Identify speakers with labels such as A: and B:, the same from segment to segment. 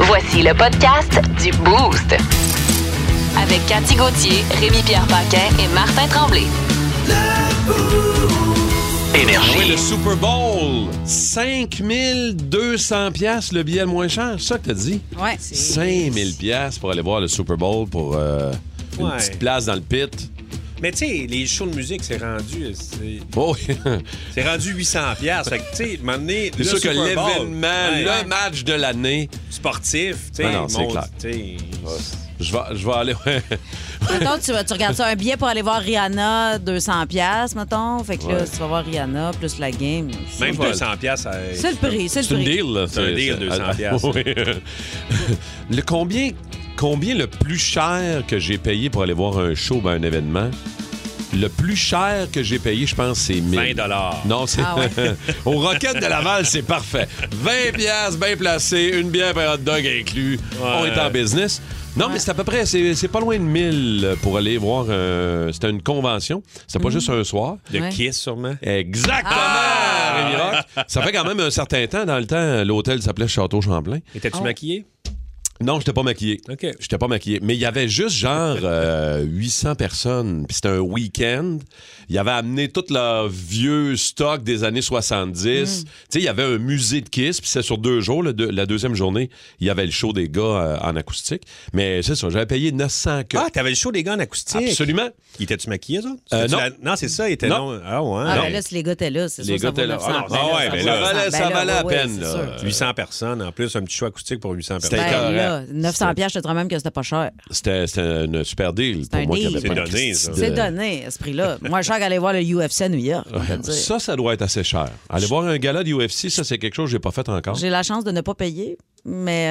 A: Voici le podcast du Boost. Avec Cathy Gauthier, Rémi-Pierre Paquin et Martin Tremblay.
B: Énergie.
C: Oui, le Super Bowl, 5200 pièces le billet le moins cher, c'est ça que t'as dit?
D: Ouais.
C: 5000 pièces pour aller voir le Super Bowl pour euh, une
E: Ouais.
C: petite place dans le pit.
E: Mais tu sais, les shows de musique, c'est rendu. euh, C'est
C: Oh,
E: c'est rendu 800$. piastres. Fait que, tu sais, à un moment donné,
C: c'est
E: le
C: sûr que
E: Super
C: l'événement,
E: Bowl,
C: le
E: ouais,
C: match de l'année,
E: sportif, tu sais.
C: Ah non, c'est
E: mon-
C: clair.
E: tu sais,
C: je vais, je vais aller.
D: Mettons, tu, vas- tu regardes ça, un billet pour aller voir Rihanna, 200$, piastres, mettons. Fait que là,
C: Ouais.
D: tu vas voir Rihanna plus la game.
E: Même
C: Voilà.
E: 200$, piastres, ça-
D: C'est le prix, c'est le
C: C'est une
D: prix.
C: deal, là.
E: C'est un deal, 200 piastres.
C: Oui. le combien, combien le plus cher que j'ai payé pour aller voir un show, ben, un événement? Le plus cher que j'ai payé, je pense, c'est 1000.
E: 20 dollars.
C: Non, c'est.
D: Ah ouais.
C: Au Rocket de Laval, c'est parfait. 20 piastres, bien placé, une bière et hot dog inclus. On est en business. Non, mais c'est à peu près, c'est c'est pas loin de 1000 pour aller voir. euh, C'était une convention. C'était pas juste un soir.
E: De
D: Mm-hmm. Ouais.
E: Kiss, sûrement.
C: Exactement, Rémi Rock. Ça fait quand même un certain temps. Dans le temps, l'hôtel s'appelait Château Champlain.
E: Étais-tu
D: Oh.
E: maquillé?
C: Non, j'étais pas maquillé.
E: OK.
C: J'étais pas maquillé. Mais il y avait juste genre euh, 800 personnes. Puis c'était un week-end. Ils avaient amené tout leur vieux stock des années 70. Tu sais, il y avait un musée de Kiss. Puis c'est sur deux jours. le deux- la deuxième journée, il y avait le show des gars euh, en acoustique. Mais c'est ça, j'avais payé 900 que.
E: Ah, t'avais le show des gars en acoustique.
C: Absolument.
E: Il était-tu maquillé, ça?
C: Euh,
E: C'était-tu
C: non.
E: la- Non, c'est ça, il était
C: Non.
E: non. Ah, ouais.
D: Ah,
E: Non.
D: ben là, si les gars étaient là, c'est sûr
C: Les
D: que ça
C: gars étaient
D: vaut
C: là.
D: 900
C: Ah, non,
E: ah ouais,
D: ça
E: ben
D: vaut 900,
E: là,
C: valait- ça
D: ben là,
C: valait la
D: ouais,
C: peine,
D: c'est
C: là.
D: sûr.
E: 800 personnes, en plus, un petit show acoustique pour 800 personnes.
C: C'était-
D: Ben
C: correct.
D: là, 900 piastres, je te dirais même que c'était pas cher.
C: C'était c'était une super deal pour
D: un
C: moi.
D: deal.
C: qui avait pas
E: C'est
C: de
E: donné,
C: Christie
E: ça.
C: de-
D: C'est donné, à ce prix-là. Moi, cher qu'aller voir le UFC à New York. je veux dire.
C: Ça, ça doit être assez cher. Aller voir un gala de UFC, ça, c'est quelque chose que j'ai pas fait encore.
D: J'ai la chance de ne pas payer, mais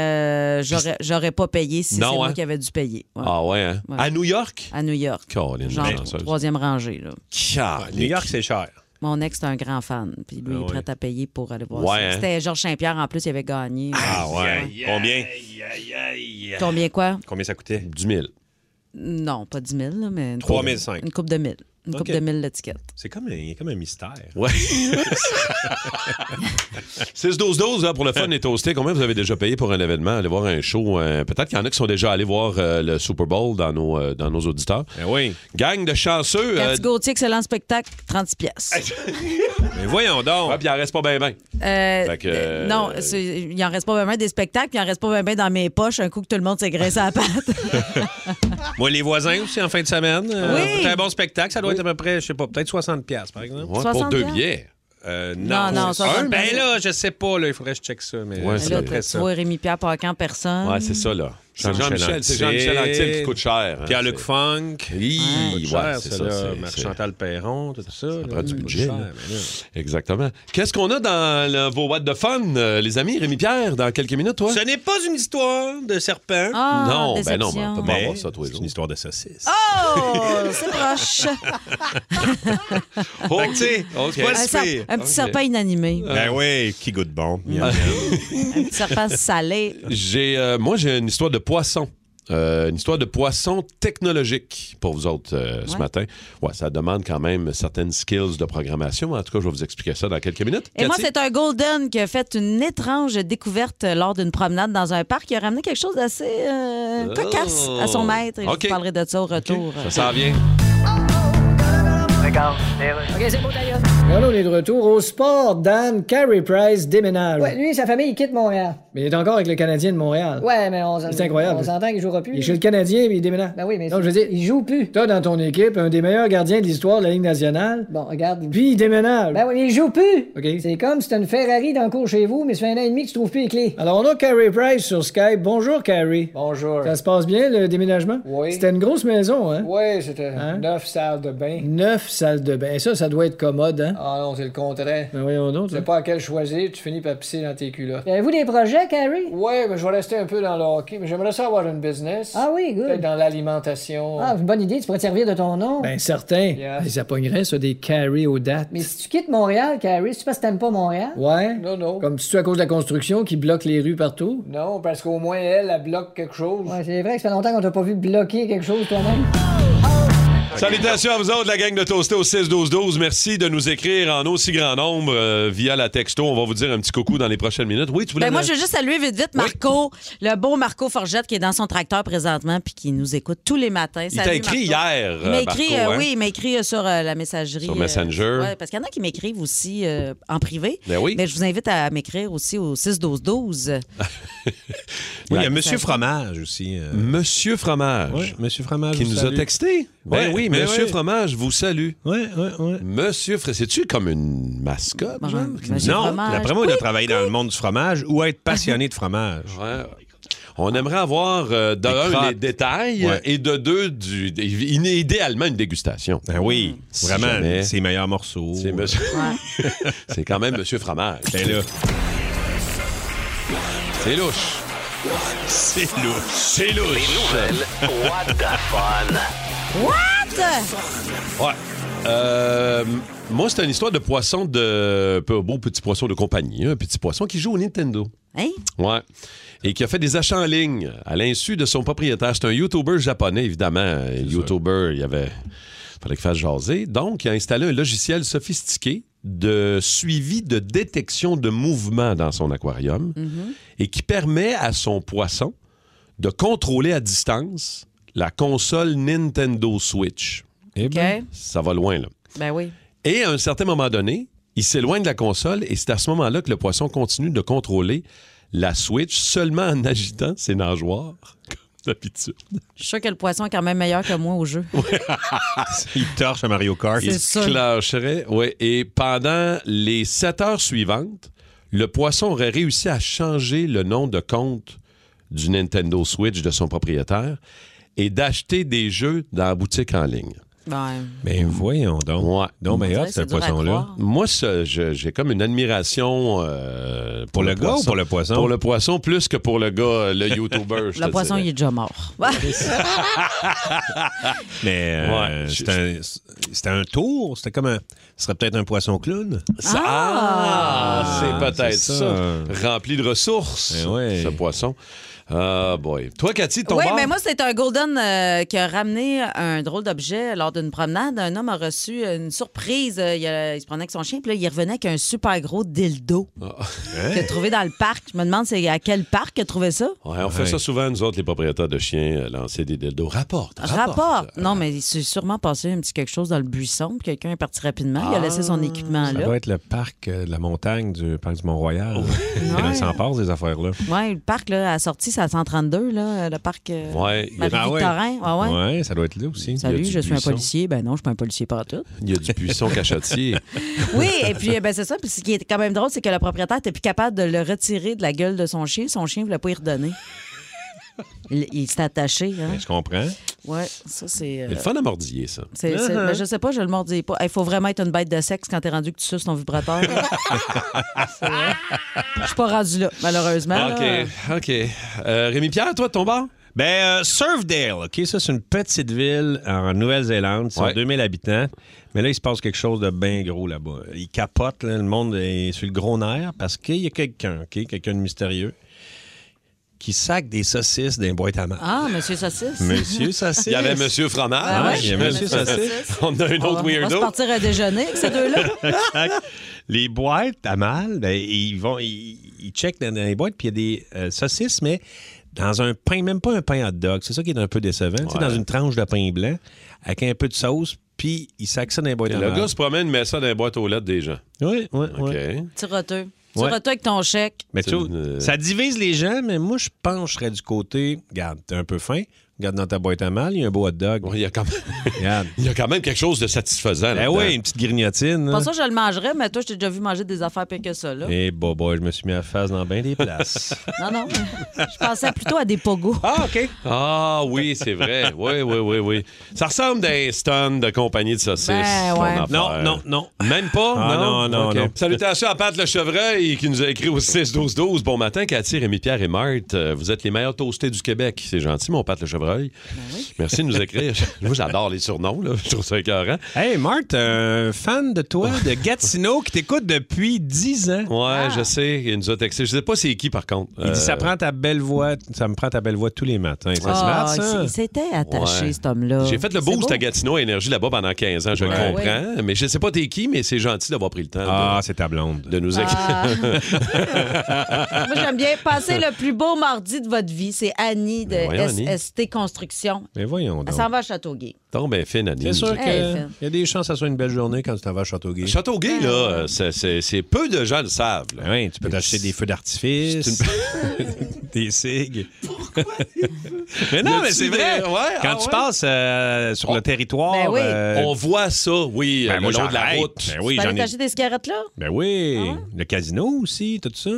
D: euh, j'aurais- j'aurais pas payé si c'est
C: Non, hein?
D: moi qui avais dû payer. Ouais.
C: Ah ouais, hein?
D: Ouais.
C: À New York?
D: À New York.
C: Caroline,
D: Genre,
C: chanceuse.
D: troisième rangée. Là.
C: Calique.
E: New York, c'est cher.
D: Mon ex est un grand fan, puis lui, il est
E: ouais.
D: prêt à payer pour aller voir
C: Ah Ouais,
D: ça.
C: hein?
D: C'était Georges Saint-Pierre, en plus, il avait gagné.
E: Ah, ouais. Combien?
D: Combien quoi?
E: Combien ça coûtait?
C: du mille.
D: Non, pas 10 000, là, mais... une coupe-
E: 3005.
D: Une coupe de 1000. Une coupe
E: Ok.
D: de 1000 l'étiquette.
E: C'est comme un, comme un mystère.
C: Ouais. 6-12-12, hein, pour le fun et toasté. Combien vous avez déjà payé pour un événement? Aller voir un show. euh, Peut-être qu'il y en a qui sont déjà allés voir euh, le Super Bowl dans nos, euh, dans nos auditeurs.
E: Ben oui.
C: Gang de chanceux. euh,
D: Cathy Gauthier, excellent spectacle, 36 pièces.
E: Mais voyons
C: ouais,
E: donc.
C: puis il en reste pas bien, bien.
D: Euh,
C: Fait que,
D: euh,
C: euh,
D: non, c'est- il en reste pas vraiment des spectacles, puis il en reste pas vraiment dans mes poches un coup que tout le monde s'est graissé à la patte.
E: Ah. Moi, les voisins aussi, en fin de semaine. Euh,
D: Oui.
E: Très bon spectacle. Ça doit être à peu près, je sais pas, peut-être 60 piastres, par exemple.
C: Ouais, pour
D: 60
C: deux
D: piastres.
C: billets.
E: Euh,
D: Non, non, 60 piastres.
E: Un, ben là, je sais pas, là, il faudrait que je check ça. Mais
C: Ouais,
E: c'est
C: là,
E: à peu près
D: tu
E: ça.
D: vois Rémi-Pierre Paquin, personne.
C: Ouais, c'est ça, là. C'est
E: Jean-Michel
C: Jean-Michel c'est
E: Anctil.
C: Jean-Michel Anctil qui coûte cher. hein,
E: Pierre-Luc
C: c'est-
E: Funk.
C: Oui,
E: coûte
C: ouais,
E: cher,
C: c'est
E: ça,
C: ça,
E: là.
C: c'est-
E: Marc
C: c'est-
E: Chantal Perron, tout ça. là,
C: prend du
E: coûte
C: budget,
E: cher,
C: là.
E: mais là.
C: Exactement. Qu'est-ce qu'on a dans le- vos boîtes de fun, euh, les amis? Rémi-Pierre, dans quelques minutes, toi?
E: Ce n'est pas une histoire de serpent.
D: Ah,
C: non, ben non,
D: déception.
C: mais on peut pas
E: mais
C: avoir ça tous les
E: c'est
C: jours.
E: une histoire de saucisse.
D: Oh, c'est proche.
E: Oh,
C: Fait que, tu sais, c'est pas
D: Un,
C: si
D: serp-
C: pire.
D: Ah, un petit
C: Ok.
D: serpent inanimé,
E: Ben oui, qui goûte bon.
D: un petit serpent salé.
C: Ah. J'ai, euh, moi, j'ai une histoire de poisson. Euh, une histoire de poisson technologique pour vous autres euh, ce
D: Ouais.
C: matin. Ouais, ça demande quand même certaines skills de programmation. En tout cas, je vais vous expliquer ça dans quelques minutes.
D: Et moi,
C: Cathy?
D: c'est un Golden qui a fait une étrange découverte lors d'une promenade dans un parc. Il a ramené quelque chose d'assez euh, cocasse à son maître. Et Je
C: Oh! OK.
D: vous parlerai de ça au retour.
C: Ça s'en vient.
F: Alors, on est de retour au sport. Dan Carey Price déménage.
G: Ouais, lui, sa famille, il quitte Montréal.
F: Mais il est encore avec le Canadien de Montréal.
G: Ouais, mais on s'en-
F: C'est incroyable.
G: On s'entend qu'il jouera plus.
F: Il est chez le Canadien, mais il déménage.
G: Ben oui, mais
F: Non, je veux dire,
G: il joue plus.
F: t'as dans ton équipe un des meilleurs gardiens de l'histoire de la Ligue nationale,
G: Bon, regarde.
F: puis il déménage.
G: Ben oui, mais il joue plus.
F: OK.
G: C'est comme si t'as une Ferrari dans le cours chez vous, mais ça fait un an et demi que tu trouves plus les clés.
F: Alors, on a Carey Price sur Skype. Bonjour, Carey.
G: Bonjour.
F: Ça se passe bien, le déménagement?
G: Oui.
F: C'était une grosse maison, hein?
G: Ouais, c'était
F: Hein?
G: neuf salles de bain.
F: Neuf salles de bain. Ça, ça doit être commode, hein?
G: Ah non, c'est le contraire.
F: Ben voyons donc. ça.
G: pas à quel choisir, tu finis par pisser dans tes culottes. Avez-vous des projets, Carrie? Ouais, mais je vais rester un peu dans le hockey, mais j'aimerais ça avoir une business. Ah oui, good. Peut-être dans l'alimentation. Ah, c'est une bonne idée, tu pourrais te servir de ton nom.
F: Ben certain.
G: Yeah.
F: Ben, ça pognerait, ça, des Carey aux dates.
G: Mais si tu quittes Montréal, Carrie, c'est parce que t'aimes pas Montréal?
F: Ouais?
G: Non, non.
F: Comme si tu à cause de la construction qui bloque les rues partout?
G: Non, parce qu'au moins elle, elle bloque quelque chose. Ouais, c'est vrai que ça fait longtemps qu'on t'a pas vu bloquer quelque chose toi-même.
C: Salutations à vous autres, la gang de Toasté au 6-12-12. Merci de nous écrire en aussi grand nombre euh, via la texto. On va vous dire un petit coucou dans les prochaines minutes. Oui, tu voulais...
D: Ben, moi,
C: me-
D: je veux juste saluer vite, vite Marco, le beau Marco Forgette qui est dans son tracteur présentement puis qui nous écoute tous les matins.
C: Il t'a
D: Salut,
C: écrit
D: Marco.
C: hier,
D: Il m'a écrit,
C: Marco,
D: euh,
C: hein?
D: oui, il m'a écrit euh, sur euh, la messagerie.
C: Sur
D: euh,
C: Messenger.
D: ouais, parce qu'il y en a qui m'écrivent aussi euh, en privé.
C: Ben oui.
D: Mais je vous invite à m'écrire aussi au 6-12-12.
E: Oui, il y a
D: Ça-
E: Monsieur Fromage aussi. euh,
C: Monsieur Fromage.
E: ouais, Monsieur Fromage.
C: Qui
E: vous
C: nous a
E: salue.
C: texté. Ben
E: Ouais,
C: oui,
E: ben
C: Monsieur
E: oui.
C: Fromage vous salue.
E: Ouais, ouais, ouais.
C: Monsieur Fromage, c'est-tu comme une mascotte?
D: Bon,
C: genre?
D: Monsieur
E: Non,
D: Fromage.
E: d'après moi, il a travaillé dans le monde du fromage ou être passionné de fromage.
C: Ouais. On aimerait avoir, euh, de
E: Des
C: un,
E: crottes.
C: les détails
E: Ouais.
C: et de deux, du, idéalement, une dégustation.
E: Ben oui,
C: Si jamais.
E: vraiment, ses meilleurs morceaux.
C: C'est monsieur- C'est quand même Monsieur Fromage.
E: Ben là,
C: C'est louche.
E: c'est louche.
C: C'est louche.
B: What the fun?
D: What?
C: Ouais. Euh, moi, c'est une histoire de poisson de. peu- Beau petit poisson de compagnie. hein, Un petit poisson qui joue au Nintendo.
D: Hein?
C: Ouais. Et qui a fait des achats en ligne à l'insu de son propriétaire. C'est un YouTuber japonais, évidemment. Un YouTuber, il y avait. fallait qu'il fasse jaser. Donc, il a installé un logiciel sophistiqué de suivi de détection de mouvement dans son aquarium et qui permet à son poisson de contrôler à distance la console Nintendo Switch.
E: Eh
D: OK.
E: ben,
C: Ça va loin, là.
D: Ben oui.
C: Et à un certain moment donné, il s'éloigne de la console et c'est à ce moment-là que le poisson continue de contrôler la Switch seulement en agitant ses nageoires, comme d'habitude.
D: Je suis sûr que le poisson est quand même meilleur que moi au jeu.
E: Il torche à Mario Kart.
D: C'est
C: Il
D: sûr.
C: se clencherait, ouais. Et pendant les sept heures suivantes, le poisson aurait réussi à changer le nom de compte du Nintendo Switch de son propriétaire et d'acheter des jeux dans la boutique en ligne.
D: Ben,
E: Ben voyons donc.
C: Ouais.
E: Non, ben hop,
D: c'est
E: ce
D: dur à
E: poisson-là.
D: croire.
C: Moi, ça, je- j'ai comme une admiration euh, pour,
E: Pour le gars ou
C: poisson.
E: pour le poisson?
C: Pour le poisson plus que pour le gars, euh, le YouTuber. je
D: Le
C: te
D: poisson, il
C: dirais.
D: est déjà mort.
E: Mais euh,
C: Ouais.
E: c'était un- c'était un, tour. C'était comme un. Ce serait peut-être un poisson clown.
C: Ça- ah,
E: Ah,
C: c'est peut-être
E: c'est
C: ça.
E: ça.
C: Rempli de ressources,
E: Eh ouais.
C: ce poisson. Ah, boy. Toi, Cathy, ton
D: Oui,
C: bar?
D: mais ben, moi, c'est un Golden euh, qui a ramené un drôle d'objet lors d'une promenade. Un homme a reçu une surprise. Euh, Il, a- il se promenait avec son chien, puis là, il revenait avec un super gros dildo
C: Ah.
E: Hein?
D: qu'il a trouvé dans le parc. Je me demande c'est à quel parc qu'il a trouvé ça.
C: Ouais, on fait
E: Ouais.
C: ça souvent, nous autres, les propriétaires de chiens, euh, lancer des dildos. Rapporte.
D: Rapport. Non, mais il s'est sûrement passé un petit quelque chose dans le buisson. puis Quelqu'un est parti rapidement. Il a laissé son
E: Ah.
D: équipement
E: Ça
D: là.
E: doit être le parc euh, de la montagne du parc du Mont-Royal. Il s'en passe des affaires-là.
D: Oui, le parc là, à la sortie, c'est à 132, là, le parc euh,
C: Ouais, il y a-
D: Marie-Victorin. Ouais, ouais.
E: Ah Ouais, ça doit être là aussi.
D: Salut,
E: Il y a
D: je
E: du
D: suis un
E: buisson.
D: policier. Ben non, je suis pas un policier par tout.
C: il y a du buisson cachotier.
D: Oui, et puis ben, c'est ça. Puis ce qui est quand même drôle, c'est que le propriétaire n'était plus capable de le retirer de la gueule de son chien. Son chien ne voulait pas y redonner. Il, il s'est attaché. Hein?
E: Ben, Je comprends.
D: Ouais, ça c'est. euh,
C: C'est le fun à mordiller, ça.
D: c'est- c'est- ben, je sais pas, je le mordis pas. Il faut vraiment être une bête de sexe quand t'es rendu que tu suces ton vibrateur. C'est- Je suis pas rendu là, malheureusement. là.
C: OK, OK. Euh, Rémi-Pierre, toi, ton bar?
E: Ben, euh, Surfdale, OK? Ça, c'est une petite ville en Nouvelle-Zélande. C'est
C: Ouais.
E: 2000 habitants. Mais là, il se passe quelque chose de bien gros là-bas. Il capote, là, le monde est sur le gros nerf parce qu'il y a quelqu'un, OK? Quelqu'un de mystérieux qui sac des saucisses d'un boîte à main.
D: Ah, Monsieur Saucisse.
E: Monsieur Saucisse.
C: Il y avait Monsieur Fromage.
D: Ah ouais,
E: il y a Monsieur Saucisse.
C: On a une
D: On va,
C: autre
D: on va se
C: weirdo.
D: partir à déjeuner avec ces deux-là.
E: Exact. les boîtes à mal, ben, ils vont, ils, ils checkent dans, dans les boîtes, puis il y a des euh, saucisses, mais dans un pain, même pas un pain hot dog. C'est ça qui est un peu décevant. Tu sais, dans une tranche de pain blanc, avec un peu de sauce, puis ils s'actionnent dans les boîtes à
C: Le
E: mal.
C: gars se promène, met ça dans les boîtes aux lettres des gens.
E: Oui, oui,
C: OK.
E: oui.
D: Petit roteux. Petit
E: Ouais.
D: roteux avec ton chèque.
E: Mais tu
C: C'est
E: vois,
C: une- euh,
E: ça divise les gens, mais moi, je pense que je serais du côté, regarde, t'es un peu fin, regarde dans ta boîte à mal, il y a un beau hot dog.
C: Ouais, Il y, a quand même...
E: Regarde.
C: il y a quand même quelque chose de satisfaisant.
E: Eh
C: là-dedans.
E: oui, une petite
C: Ben,
E: grignotine.
D: Pas
C: euh,
E: hein.
D: ça, je le mangerais, mais toi, je t'ai déjà vu manger des affaires pires que ça, là.
E: Eh, bah, bah, je me suis mis à face dans bien des places.
D: Non, non. Je pensais plutôt à des pogos.
E: ah, OK.
C: Ah oui, c'est vrai. Oui, oui, oui, oui. Ça ressemble à un stun de compagnie de saucisses.
D: Ben, ouais.
C: ton affaire.
E: Non, non, non.
C: Même pas?
E: Ah, non, non,
C: OK.
E: non.
C: Salutations à Pat Le Chevreuil qui nous a écrit au 6-12-12. Bon matin, Cathy, Rémi-Pierre et Marthe. Euh, Vous êtes les meilleurs toastés du Québec. C'est gentil, mon Pat Le chevreuil.
D: Ben
C: Merci de nous écrire. Moi, j'adore les surnoms, là. je trouve ça écœurant.
E: Hey, Marc, t'es un fan de toi, de Gatineau, qui t'écoute depuis 10 ans.
C: Ouais, je sais, il nous a texté. Je sais pas c'est qui, par contre. Euh,
E: Il dit ça prend ta belle voix, ça me prend ta belle voix tous les matins. C'est smart,
D: Ah, il s-
E: ça.
D: il s'était attaché,
C: Ouais.
D: cet homme-là.
C: J'ai fait le
D: C'est
C: boost
D: beau.
C: à Gatineau à Énergie là-bas pendant 15 ans, je
E: Ouais.
C: le comprends. Mais je sais pas t'es qui, mais c'est gentil d'avoir pris le temps de-
E: Ah, c'est ta blonde.
C: de, nous écrire.
D: Ah. Moi, j'aime bien passer le plus beau mardi de votre vie. C'est Annie de
C: Mais Ben voyons, Annie.
D: SST Construction.
E: Mais voyons
D: Elle
E: donc.
D: s'en va à Châteauguay.
C: Tombe bien fine, Annie.
E: C'est sûr qu'il
D: Hey, Phil.
E: y a des chances que ça soit une belle journée quand tu t'en vas à Châteauguay.
C: Châteauguay, là, c'est- c'est c'est peu de gens le savent. là.
E: Ben oui, tu peux t'acheter des feux d'artifice, des cigues. mais
C: Y
E: non,
C: a-tu
E: mais
C: des-
E: c'est vrai.
C: Ouais,
E: Quand
C: ah
E: tu
C: ouais?
E: passes euh, sur le territoire,
D: Ben oui.
E: euh,
C: On voit ça, oui,
D: euh,
E: ben
C: le
E: moi,
C: long
E: j'en
C: de la
E: rêve.
C: route.
E: Ben oui,
D: tu vas
E: j'en
D: aller
E: ai.
D: t'acheter Ah des cigarettes, là?
E: Ben oui, le casino aussi, tout ça.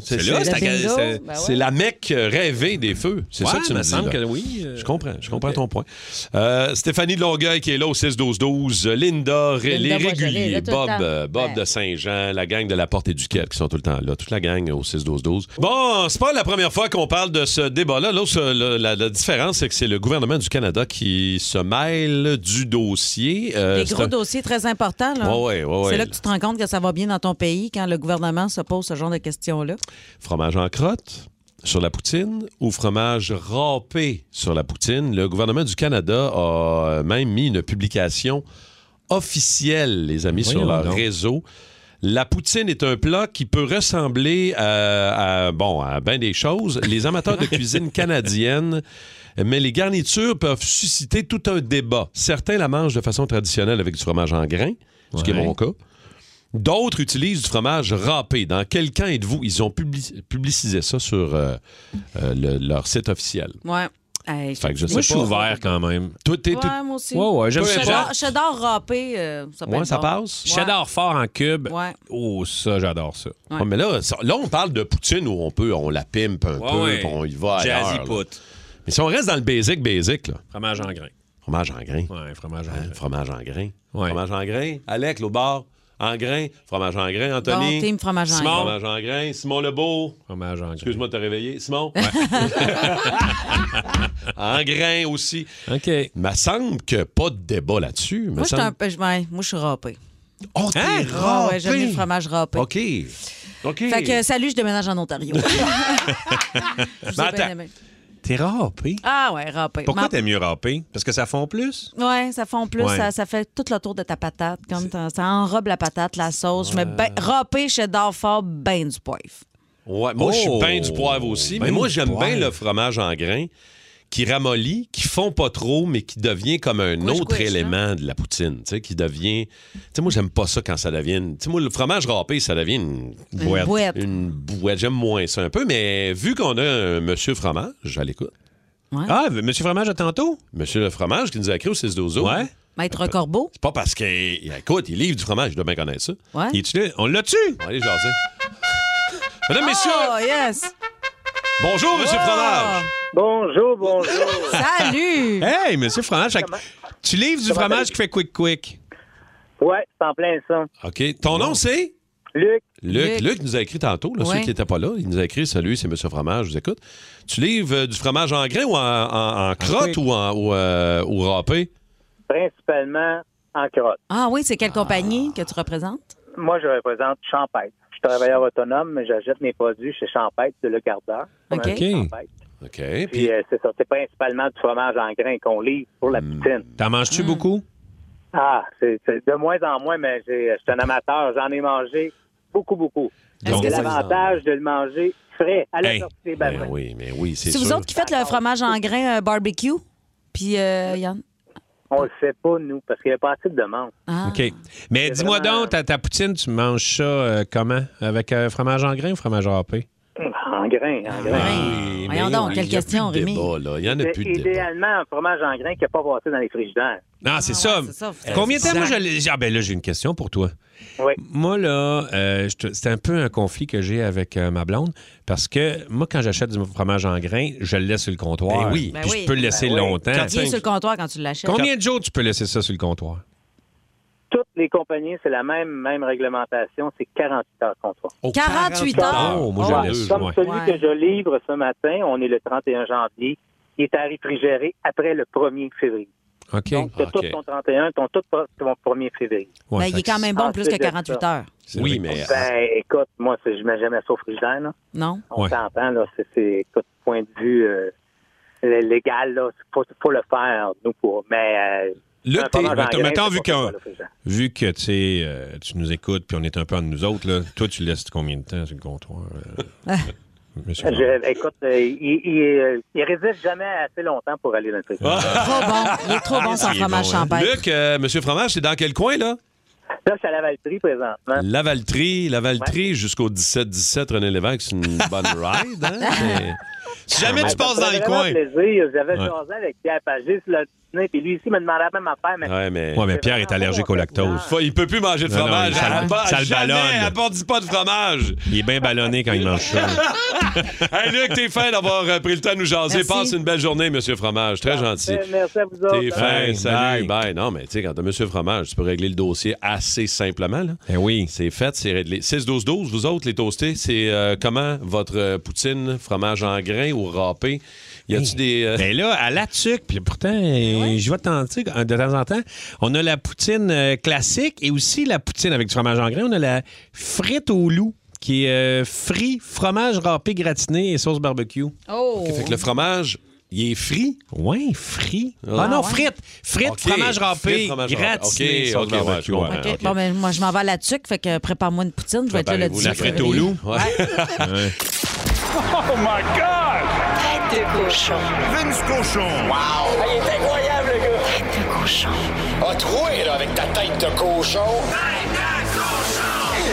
C: C'est
E: C'est là,
C: c'est-
E: c'est à-
D: Oh, bingo.
E: c'est-
D: Ben
C: c'est la mecque euh, rêvée des feux. C'est ça
E: Ouais,
C: que tu
E: me
C: me dis.
E: semble
C: là.
E: que oui. euh,
C: Je comprends, je comprends ton point. Euh, Stéphanie de Longueuil qui est là au 6-12-12. Linda, Ré-
D: Linda,
C: les
D: moi, je l'ai,
C: réguliers,
D: là, tout le
C: Bob,
D: temps.
C: euh, Bob
D: Ben.
C: de Saint-Jean, la gang de la Porte et du Quai qui sont tout le temps là. Toute la gang au 6-12-12. Bon, c'est pas la première fois qu'on parle de ce débat-là. Là, ce- le- la, la différence, c'est que c'est le gouvernement du Canada qui se mêle du dossier. Euh,
D: Des
C: c'est
D: gros
C: un-
D: dossiers très importants, là.
C: Ouais, ouais, ouais,
D: C'est
C: ouais.
D: là que tu te rends compte que ça va bien dans ton pays quand le gouvernement se pose ce genre de questions-là.
C: fromage en crotte sur la poutine ou fromage râpé sur la poutine. Le gouvernement du Canada a même mis une publication officielle, les amis, sur
E: Voyons
C: leur
E: donc.
C: réseau. La poutine est un plat qui peut ressembler à, à- bon, à bien des choses. Les amateurs de cuisine canadienne, mais les garnitures peuvent susciter tout un débat. Certains la mangent de façon traditionnelle avec du fromage en grains, ce qui est
E: Ouais.
C: mon cas. D'autres utilisent du fromage râpé. Dans quel camp êtes-vous? Ils ont publi- publicisé ça sur euh, euh, le- leur site officiel.
D: Ouais. Hey,
C: Fait que je sais
E: Moi, je suis
C: pas.
E: ouvert quand même.
C: Toi, t'es- t'es-
D: Ouais, moi aussi.
E: Ouais, ouais, j'aime
C: Peu
E: ça.
D: Cheddar,
C: importe.
D: cheddar râpé, euh, ça peut
C: Ouais,
D: être
C: ça
D: bon.
C: passe?
D: Ouais.
E: Cheddar fort en cube.
D: Ouais.
E: Oh, ça, j'adore ça.
D: Ouais.
C: Ah, mais là, ça- là, on parle de poutine où on peut, on la pimpe un peu, puis on y va ailleurs.
E: Jazzy
C: là.
E: put.
C: Mais si on reste dans le basic, basic, là,
E: Fromage en grain.
C: fromage en grain.
E: Ouais, fromage en
C: Hein,
E: grain.
C: fromage en grain.
E: Ouais.
C: Fromage en grain. Alec, au bar. En grain. Fromage en grain. Anthony.
D: Bon, team fromage en
C: Simon.
D: grain.
C: Fromage en grain. Simon Lebeau.
E: Fromage en grain.
C: Excuse-moi de te réveiller. Simon. en grain aussi.
E: OK.
C: Me semble que pas de débat là-dessus. me
D: Moi, je suis
C: semble-
D: un peu- je- ouais, moi, je suis râpé.
C: Oh, t'es
E: Hein?
D: Ah
C: râpé.
D: ouais, j'aime mieux le fromage râpé.
C: OK. OK.
D: Fait que salut, je déménage en Ontario. Je vous ai
C: attends.
D: bien aimé.
E: T'es râpé.
D: Ah ouais, râpé.
E: Pourquoi
D: Ma-
E: t'aimes mieux râpé? Parce que ça fond plus?
D: Ouais, ça fond plus,
E: Ouais.
D: ça, ça fait tout le tour de ta patate. Comme t'en- ça enrobe la patate, la sauce. Je mets ben, râpé cheddar fort, ben du poivre.
C: Ouais, moi, je suis
E: Oh!
C: bien du poivre aussi,
E: Ben
C: mais moi,
E: du
C: j'aime
E: poivre.
C: bien le fromage en grains qui ramollit, qui fond pas trop, mais qui devient comme un
D: Couiche,
C: autre
D: couiche,
C: élément de la poutine, tu sais, qui devient... Tu sais, moi, j'aime pas ça quand ça devient... une- Tu sais, moi, le fromage râpé, ça devient une
D: Une
E: Bouette.
D: bouette.
C: une bouette. J'aime moins ça un peu, mais vu qu'on a un Monsieur Fromage à l'écoute,
E: Ah, Monsieur Fromage à tantôt?
C: Monsieur le Fromage qui nous a écrit au 6 12
E: Ouais.
D: Maître Corbeau.
C: C'est pas parce que, écoute, il livre du fromage, il doit bien connaître ça.
D: Ouais.
E: Il est-tu là? On l'a tu
C: On va aller jaser. Mesdames,
D: Oh,
C: messieurs,
D: yes.
C: bonjour, Monsieur Fromage.
H: Bonjour, bonjour.
D: Salut.
E: Ah! Hey, Monsieur Fromage, fait que tu livres du fromage qui fait quick quick.
H: Ouais, c'est en plein ça.
C: OK, ton nom, c'est...
H: Luc,
D: Luc.
C: Luc, Luc nous a écrit tantôt, là,
D: Ouais.
C: ceux qui n'étaient pas là, il nous a écrit Salut, c'est Monsieur Fromage, je vous écoute. Tu livres euh, du fromage en grain ou en, en- en crotte
E: quick.
C: ou en ou, euh, ou râpé?
H: principalement en crotte.
D: Ah oui, c'est quelle compagnie que tu représentes?
H: Moi, je représente Champêtre. Je suis travailleur autonome, mais j'achète mes produits chez Champêtre de Le Gardeur.
D: OK.
H: Champêtre.
C: OK.
H: Puis
C: Puis,
H: euh, c'est ça, c'est principalement du fromage en grains qu'on livre pour la
C: Hmm.
H: poutine.
E: T'en manges-tu
D: Mm.
E: beaucoup?
H: Ah, c'est c'est de moins en moins, mais j'ai- je suis un amateur. J'en ai mangé beaucoup, beaucoup.
D: Est-ce
H: C'est
D: que ça-
H: l'avantage de le manger frais à la
E: Hey.
H: sortie des
C: ben
H: bassins.
C: oui, mais oui, c'est
D: C'est
C: sûr.
D: vous autres qui faites le fromage en grain euh, barbecue? Puis, euh, Yann?
H: On le fait pas, nous, parce qu'il n'y a pas assez de demande.
D: Ah.
E: OK. Mais dis-moi
H: vraiment-
E: donc, ta, ta poutine, tu manges ça euh, comment? Avec euh, fromage en grain ou fromage râpé?
H: En grains, en grains.
D: Hey, Ah. Voyons donc,
C: Ah, Il y a
D: quelle
C: plus
D: question,
C: de
D: Rémi?
C: débat, là. Il n'y en a
H: Mais
C: plus de débat.
H: idéalement, un fromage en grain qui n'a pas passé dans les frigidaires.
E: Non, c'est
D: Ah, ouais,
E: ça.
D: c'est ça, faut-
E: Combien de temps, moi, je
D: Exact.
E: l'ai- Ah, ben là, j'ai une question pour toi.
H: Oui.
E: Moi, là, euh, je te- c'est un peu un conflit que j'ai avec euh, ma blonde parce que moi, quand j'achète du fromage en grain, je le laisse sur le comptoir.
C: Ben oui.
E: Eh Puis
D: Ben oui.
E: je peux le laisser
H: Ben oui.
E: longtemps.
D: Il est sur le comptoir quand tu l'achètes.
E: Combien de jours tu peux laisser ça sur le comptoir?
H: Toutes les compagnies, c'est la même, même réglementation, c'est 48 heures contrat.
C: Oh,
D: 48 heures.
E: Oh, moi, je
H: Ouais,
E: laisse.
H: comme
E: ouais.
H: celui
D: Ouais.
H: que je livre ce matin, on est le 31 janvier. il est à réfrigérer après le 1er février.
E: Ah, OK.
H: Donc, tu as
C: OK.
H: tout ton 31, ton tout ton 1er février.
E: Ouais,
D: Ben,
E: fait
D: il est
E: que
D: quand même bon
H: Ah,
D: plus
H: c'est
D: que
H: de
D: 48
H: ça.
D: heures.
E: c'est-
C: Oui,
E: c'est-
C: mais
H: Ben, écoute, moi, c'est- je mets jamais ça au frigidaire, là.
D: Non?
H: On
E: Ouais.
H: s'entend, là. C'est, c'est, écoute, point de vue euh, le- légal, là. c'est- Faut, faut le faire, nous, pour. Mais. euh,
E: Là,
H: un
E: t'es-
H: fromage en
E: mettons-
H: graisse,
E: mettons,
H: c'est
E: vu
H: pas ça,
E: qu'on-
H: le frigidaire.
E: Vu que tu sais, euh, tu nous écoutes puis on est un peu entre nous autres, là, toi, tu laisses combien de temps sur le comptoir?
D: Ah.
E: euh, monsieur Caron?
H: Je- écoute, euh, il, il, euh, il résiste jamais assez longtemps pour aller dans le
C: Ah.
H: frigidaire.
D: Trop bon. Il est trop bon, son
E: il est
D: fromage
E: bon, hein.
D: champagne.
C: Luc, euh, Monsieur Fromage, c'est dans quel coin, là?
H: Là, je suis à la Valtrie présentement.
C: Lavaltrie, Lavaltrie jusqu'au 17-17, René Lévesque, c'est une bonne ride. Hein? Mais Si jamais
H: Ouais,
C: tu passes
H: ça me
C: dans le
H: fait vraiment
C: coin.
H: plaisir. J'avais
E: Ouais.
H: jasé avec Pierre Pagis le dîner, puis lui ici me demandait la même affaire, mais
C: Ouais, mais...
E: Ouais, mais Pierre est allergique au lactose.
C: Faut- il peut plus manger de
E: Non, non,
C: fromage.
E: ça le-
C: Elle apporte-
E: ça le
C: jamais,
E: ballonne.
C: Elle apporte pas de fromage.
E: Il est bien ballonné quand il mange ça.
C: hey, Luc, t'es fin d'avoir euh, pris le temps de nous jaser.
D: Merci.
C: Passe une belle journée, Monsieur Fromage. Très
I: Ben,
C: gentil.
H: Merci à vous autres.
E: ben,
C: T'es fin,
E: Bye.
C: salut. Bye. Non, mais tu sais, quand t'as Monsieur Fromage, tu peux régler le dossier assez simplement. Là.
E: Eh oui.
C: C'est fait, c'est réglé. 6-12-12, vous autres, les toastés, c'est euh, comment votre euh, poutine, fromage en grains ou râpé? Y a-tu des. euh,
E: Mais Ben là, à la tuque, puis pourtant, euh, je vais tenter euh, de temps en temps. On a la poutine euh, classique et aussi la poutine avec du fromage en grain. On a la frite au loup qui est euh, frit, fromage râpé gratiné et sauce barbecue.
D: Oh!
C: Fait que le fromage, il est frit?
E: Ouais, frit. Ah,
D: Ah,
E: non,
D: ouais.
E: frites. Frites,
C: Ok,
E: fromage râpé,
C: frites, fromage râpé.
E: gratiné,
C: Ok,
E: sauce
C: ok, ouais,
E: barbecue.
C: je comprends.
E: Ouais.
D: OK.
C: OK.
D: Bon, ben, moi, je m'en vais à la tuque, fait que prépare-moi une poutine, je vais être là le
C: Préparez-vous
D: 10
E: La frite au
D: février.
E: loup.
C: Ouais.
A: Tête de cochon.
J: Ah, il est incroyable, le gars!
A: Tête de cochon.
J: A troué, là, avec ta tête de cochon. Tête de cochon!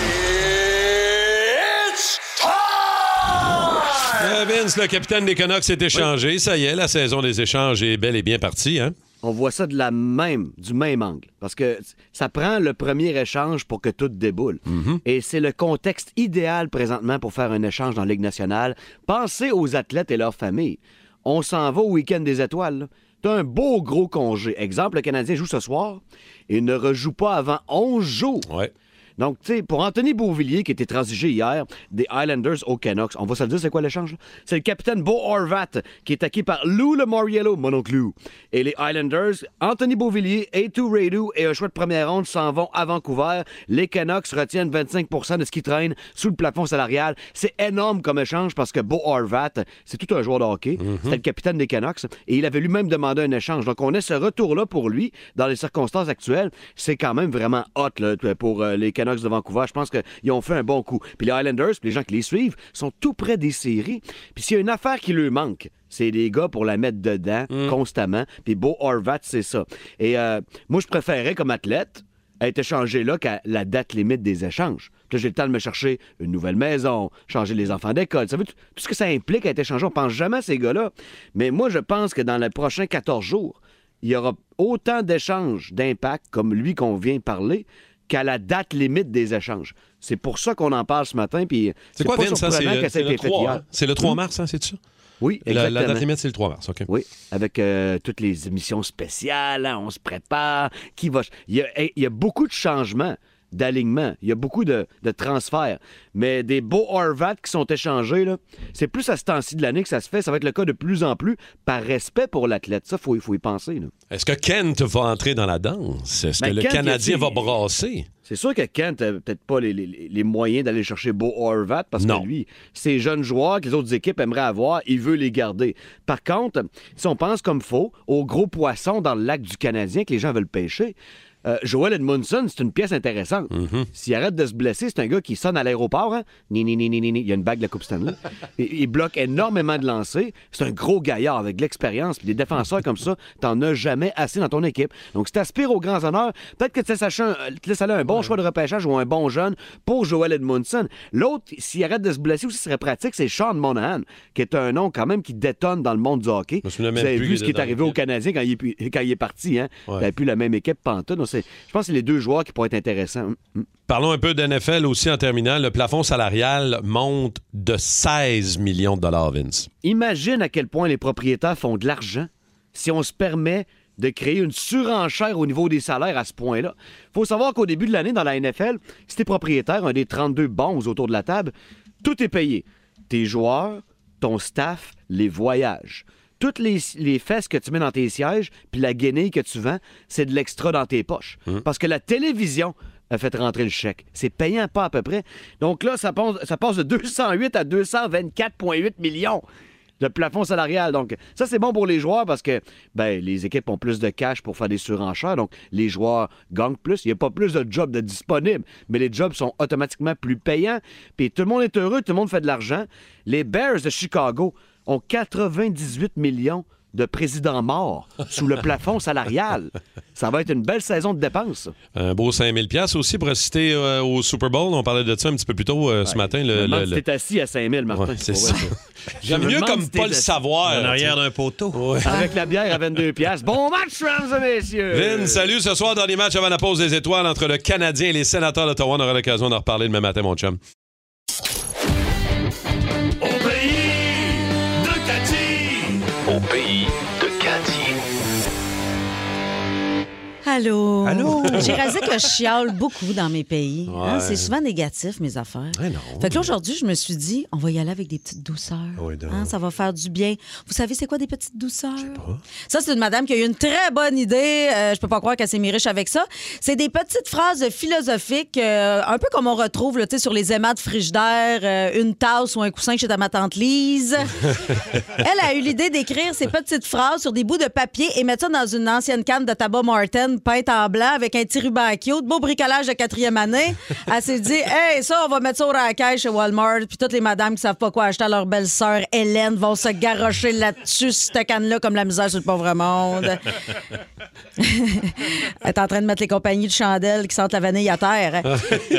J: It's time!
C: Euh, Vince, le capitaine des Canucks s'est échangé. Ça y est, la saison des échanges est bel et bien partie. Hein?
K: On voit ça de la même, du même angle. Parce que ça prend le premier échange pour que tout déboule. Et c'est le contexte idéal présentement pour faire un échange dans la Ligue nationale. Pensez aux athlètes et leurs familles. On s'en va au week-end des étoiles. là. T'as un beau gros congé. Exemple, le Canadien joue ce soir et ne rejoue pas avant 11 jours.
C: Ouais.
K: Donc, tu sais, pour Anthony Beauvillier, qui était transigé hier des Islanders au Canucks, on va se le dire, c'est quoi l'échange? là? C'est le capitaine Beau Horvat, qui est acquis par Lou Le Moriello, mon oncle Lou. Et les Islanders, Anthony Beauvillier, Etu Radu et un choix de première ronde s'en vont à Vancouver. Les Canucks retiennent 25 de ce qui traîne sous le plafond salarial. C'est énorme comme échange parce que Beau Horvat, c'est tout un joueur de hockey. C'était le capitaine des Canucks et il avait lui-même demandé un échange. Donc, on a ce retour-là pour lui dans les circonstances actuelles. C'est quand même vraiment hot là, pour euh, les Canucks de Vancouver. Je pense qu'ils ont fait un bon coup. Puis les Highlanders, puis les gens qui les suivent, sont tout près des séries. Puis s'il y a une affaire qui leur manque, c'est des gars pour la mettre dedans constamment. Puis Beau Horvat, c'est ça. Et euh, moi, je préférais comme athlète être échangé là qu'à la date limite des échanges. Puis là, j'ai le temps de me chercher une nouvelle maison, changer les enfants d'école. Ça veut tout tout ce que ça implique être échangé. On pense jamais à ces gars-là. Mais moi, je pense que dans les prochains 14 jours, il y aura autant d'échanges d'impact comme lui qu'on vient parler qu'à la date limite des échanges. C'est pour ça qu'on en parle ce matin. Puis
C: C'est quoi,
K: pas
C: Vince? ça? C'est
K: surprenant
C: le,
K: que ça
C: c'est
K: ait
C: le
K: été fait
C: 3,
K: hier. Hmm?
C: hein? C'est le 3 mars, hein, c'est ça?
K: Oui,
C: La,
K: exactement.
C: la date limite, c'est le 3 mars. OK.
K: Oui, avec euh, toutes les émissions spéciales, hein, on se prépare, qui va... Il y a, hey, il y a beaucoup de changements d'alignement, il y a beaucoup de, de transferts, mais des beaux Horvat qui sont échangés, là, c'est plus à ce temps-ci de l'année que ça se fait, ça va être le cas de plus en plus, par respect pour l'athlète, ça, il faut, y- faut y penser. là.
C: Est-ce que Kent va entrer dans la danse? Est-ce
K: Ben,
C: que le
K: Kent,
C: Canadien
K: il-
C: va brasser?
K: C'est sûr que Kent n'a peut-être pas les, les- les moyens d'aller chercher Beau Horvat parce
C: Non.
K: que lui, ces jeunes joueurs que les autres équipes aimeraient avoir, il veut les garder. Par contre, si on pense comme faux aux gros poissons dans le lac du Canadien que les gens veulent pêcher, euh, Joel Edmondson, c'est une pièce intéressante. S'il arrête de se blesser, c'est un gars qui sonne à l'aéroport. Hein? Ni, ni, ni, ni, ni, ni. Il y a une bague de la Coupe Stanley. il, il bloque énormément de lancers. C'est un gros gaillard avec de l'expérience. Puis des défenseurs comme ça, t'en as jamais assez dans ton équipe. Donc, si t'aspires aux grands honneurs, peut-être que tu laisses, acheter un- euh, tu laisses aller un bon choix de repêchage ou un bon jeune pour Joel Edmondson. L'autre, s'il arrête de se blesser aussi, ce serait pratique, c'est Sean Monahan, qui est un nom quand même qui détonne dans le monde du hockey.
C: Je me souviens
K: Vous
C: même
K: avez
C: plus
K: vu
C: qu'il
K: ce qui
C: était
K: est
C: dans
K: arrivé au
C: l'équipe.
K: Canadien quand il est, pu- quand il est parti. Hein?
C: Ouais.
K: T'avais plus la même équipe pantoute. Donc, c'est- Je pense que c'est les deux joueurs qui pourraient être intéressants. Mm, mm.
C: Parlons un peu d'NFL aussi en terminant. Le plafond salarial monte de 16 millions de dollars, Vince.
K: Imagine à quel point les propriétaires font de l'argent si on se permet de créer une surenchère au niveau des salaires à ce point-là. faut savoir qu'au début de l'année, dans la NFL, si t'es propriétaire, un des 32 bons autour de la table, tout est payé. Tes joueurs, ton staff, les voyages. toutes les, les fesses que tu mets dans tes sièges, puis la guenille que tu vends, c'est de l'extra dans tes poches. Parce que la télévision a fait rentrer le chèque. C'est payant pas à peu près. Donc là, ça passe, ça passe de 208 à 224,8 millions de plafond salarial. Donc, ça, c'est bon pour les joueurs parce que ben, les équipes ont plus de cash pour faire des surenchères. Donc, les joueurs gagnent plus. Il n'y a pas plus de jobs de disponibles, mais les jobs sont automatiquement plus payants. Puis tout le monde est heureux, tout le monde fait de l'argent. Les Bears de Chicago ont 98 millions de présidents morts sous le plafond salarial. Ça va être une belle saison de dépenses.
C: Un beau 5000 pièces aussi pour assister euh, au Super Bowl. On parlait de ça un petit peu plus tôt euh, ce matin.
K: Je me
C: Le,
K: demande
C: le-
K: si
C: le-
K: t'es assis à 5000, Martin.
C: Ouais, c'est
K: Pour
C: ça.
K: vrai, ça.
C: J'aime
K: Je me
C: mieux
K: demande
C: comme
K: si
C: pas
K: t'es
C: le
K: assis.
C: savoir.
E: En arrière
C: tu sais.
E: d'un poteau.
C: Ouais.
K: Avec euh, la bière à 22 piastres. Bon match, mesdames et messieurs!
C: Vin, salut. Ce soir, dans les matchs avant la pause des étoiles entre le Canadien et les sénateurs d'Ottawa, on aura l'occasion d'en reparler demain matin, mon chum.
B: Au pays de Cathy. Au pays de Cathy.
D: Allô?
E: Allô?
D: J'ai réalisé que je chiale beaucoup dans mes pays. hein.
C: Ouais.
D: C'est souvent négatif, mes affaires.
C: Eh non.
D: Fait que là, aujourd'hui, je me suis dit, on va y aller avec des petites douceurs.
E: Oui, donc.
D: Hein, ça va faire du bien. Vous savez, c'est quoi des petites douceurs? Ça, c'est une madame qui a eu une très bonne idée. Euh, je peux pas croire qu'elle s'est mis riche avec ça. C'est des petites phrases philosophiques, euh, un peu comme on retrouve là, tu sais, sur les aimants de frigidaire, euh, une tasse ou un coussin chez ta ma tante Lise. Elle a eu l'idée d'écrire ces petites phrases sur des bouts de papier et mettre ça dans une ancienne canne de tabac Martin peinte en blanc avec un petit ruban à cute. Beau bricolage de quatrième année. Elle s'est dit, hey, ça, on va mettre ça au racaille chez Walmart. Puis toutes les madames qui savent pas quoi acheter à leur belle-sœur Hélène vont se garrocher là-dessus, cette canne-là, comme la misère sur le pauvre monde. Elle est en train de mettre les compagnies de chandelles qui sentent la vanille à terre.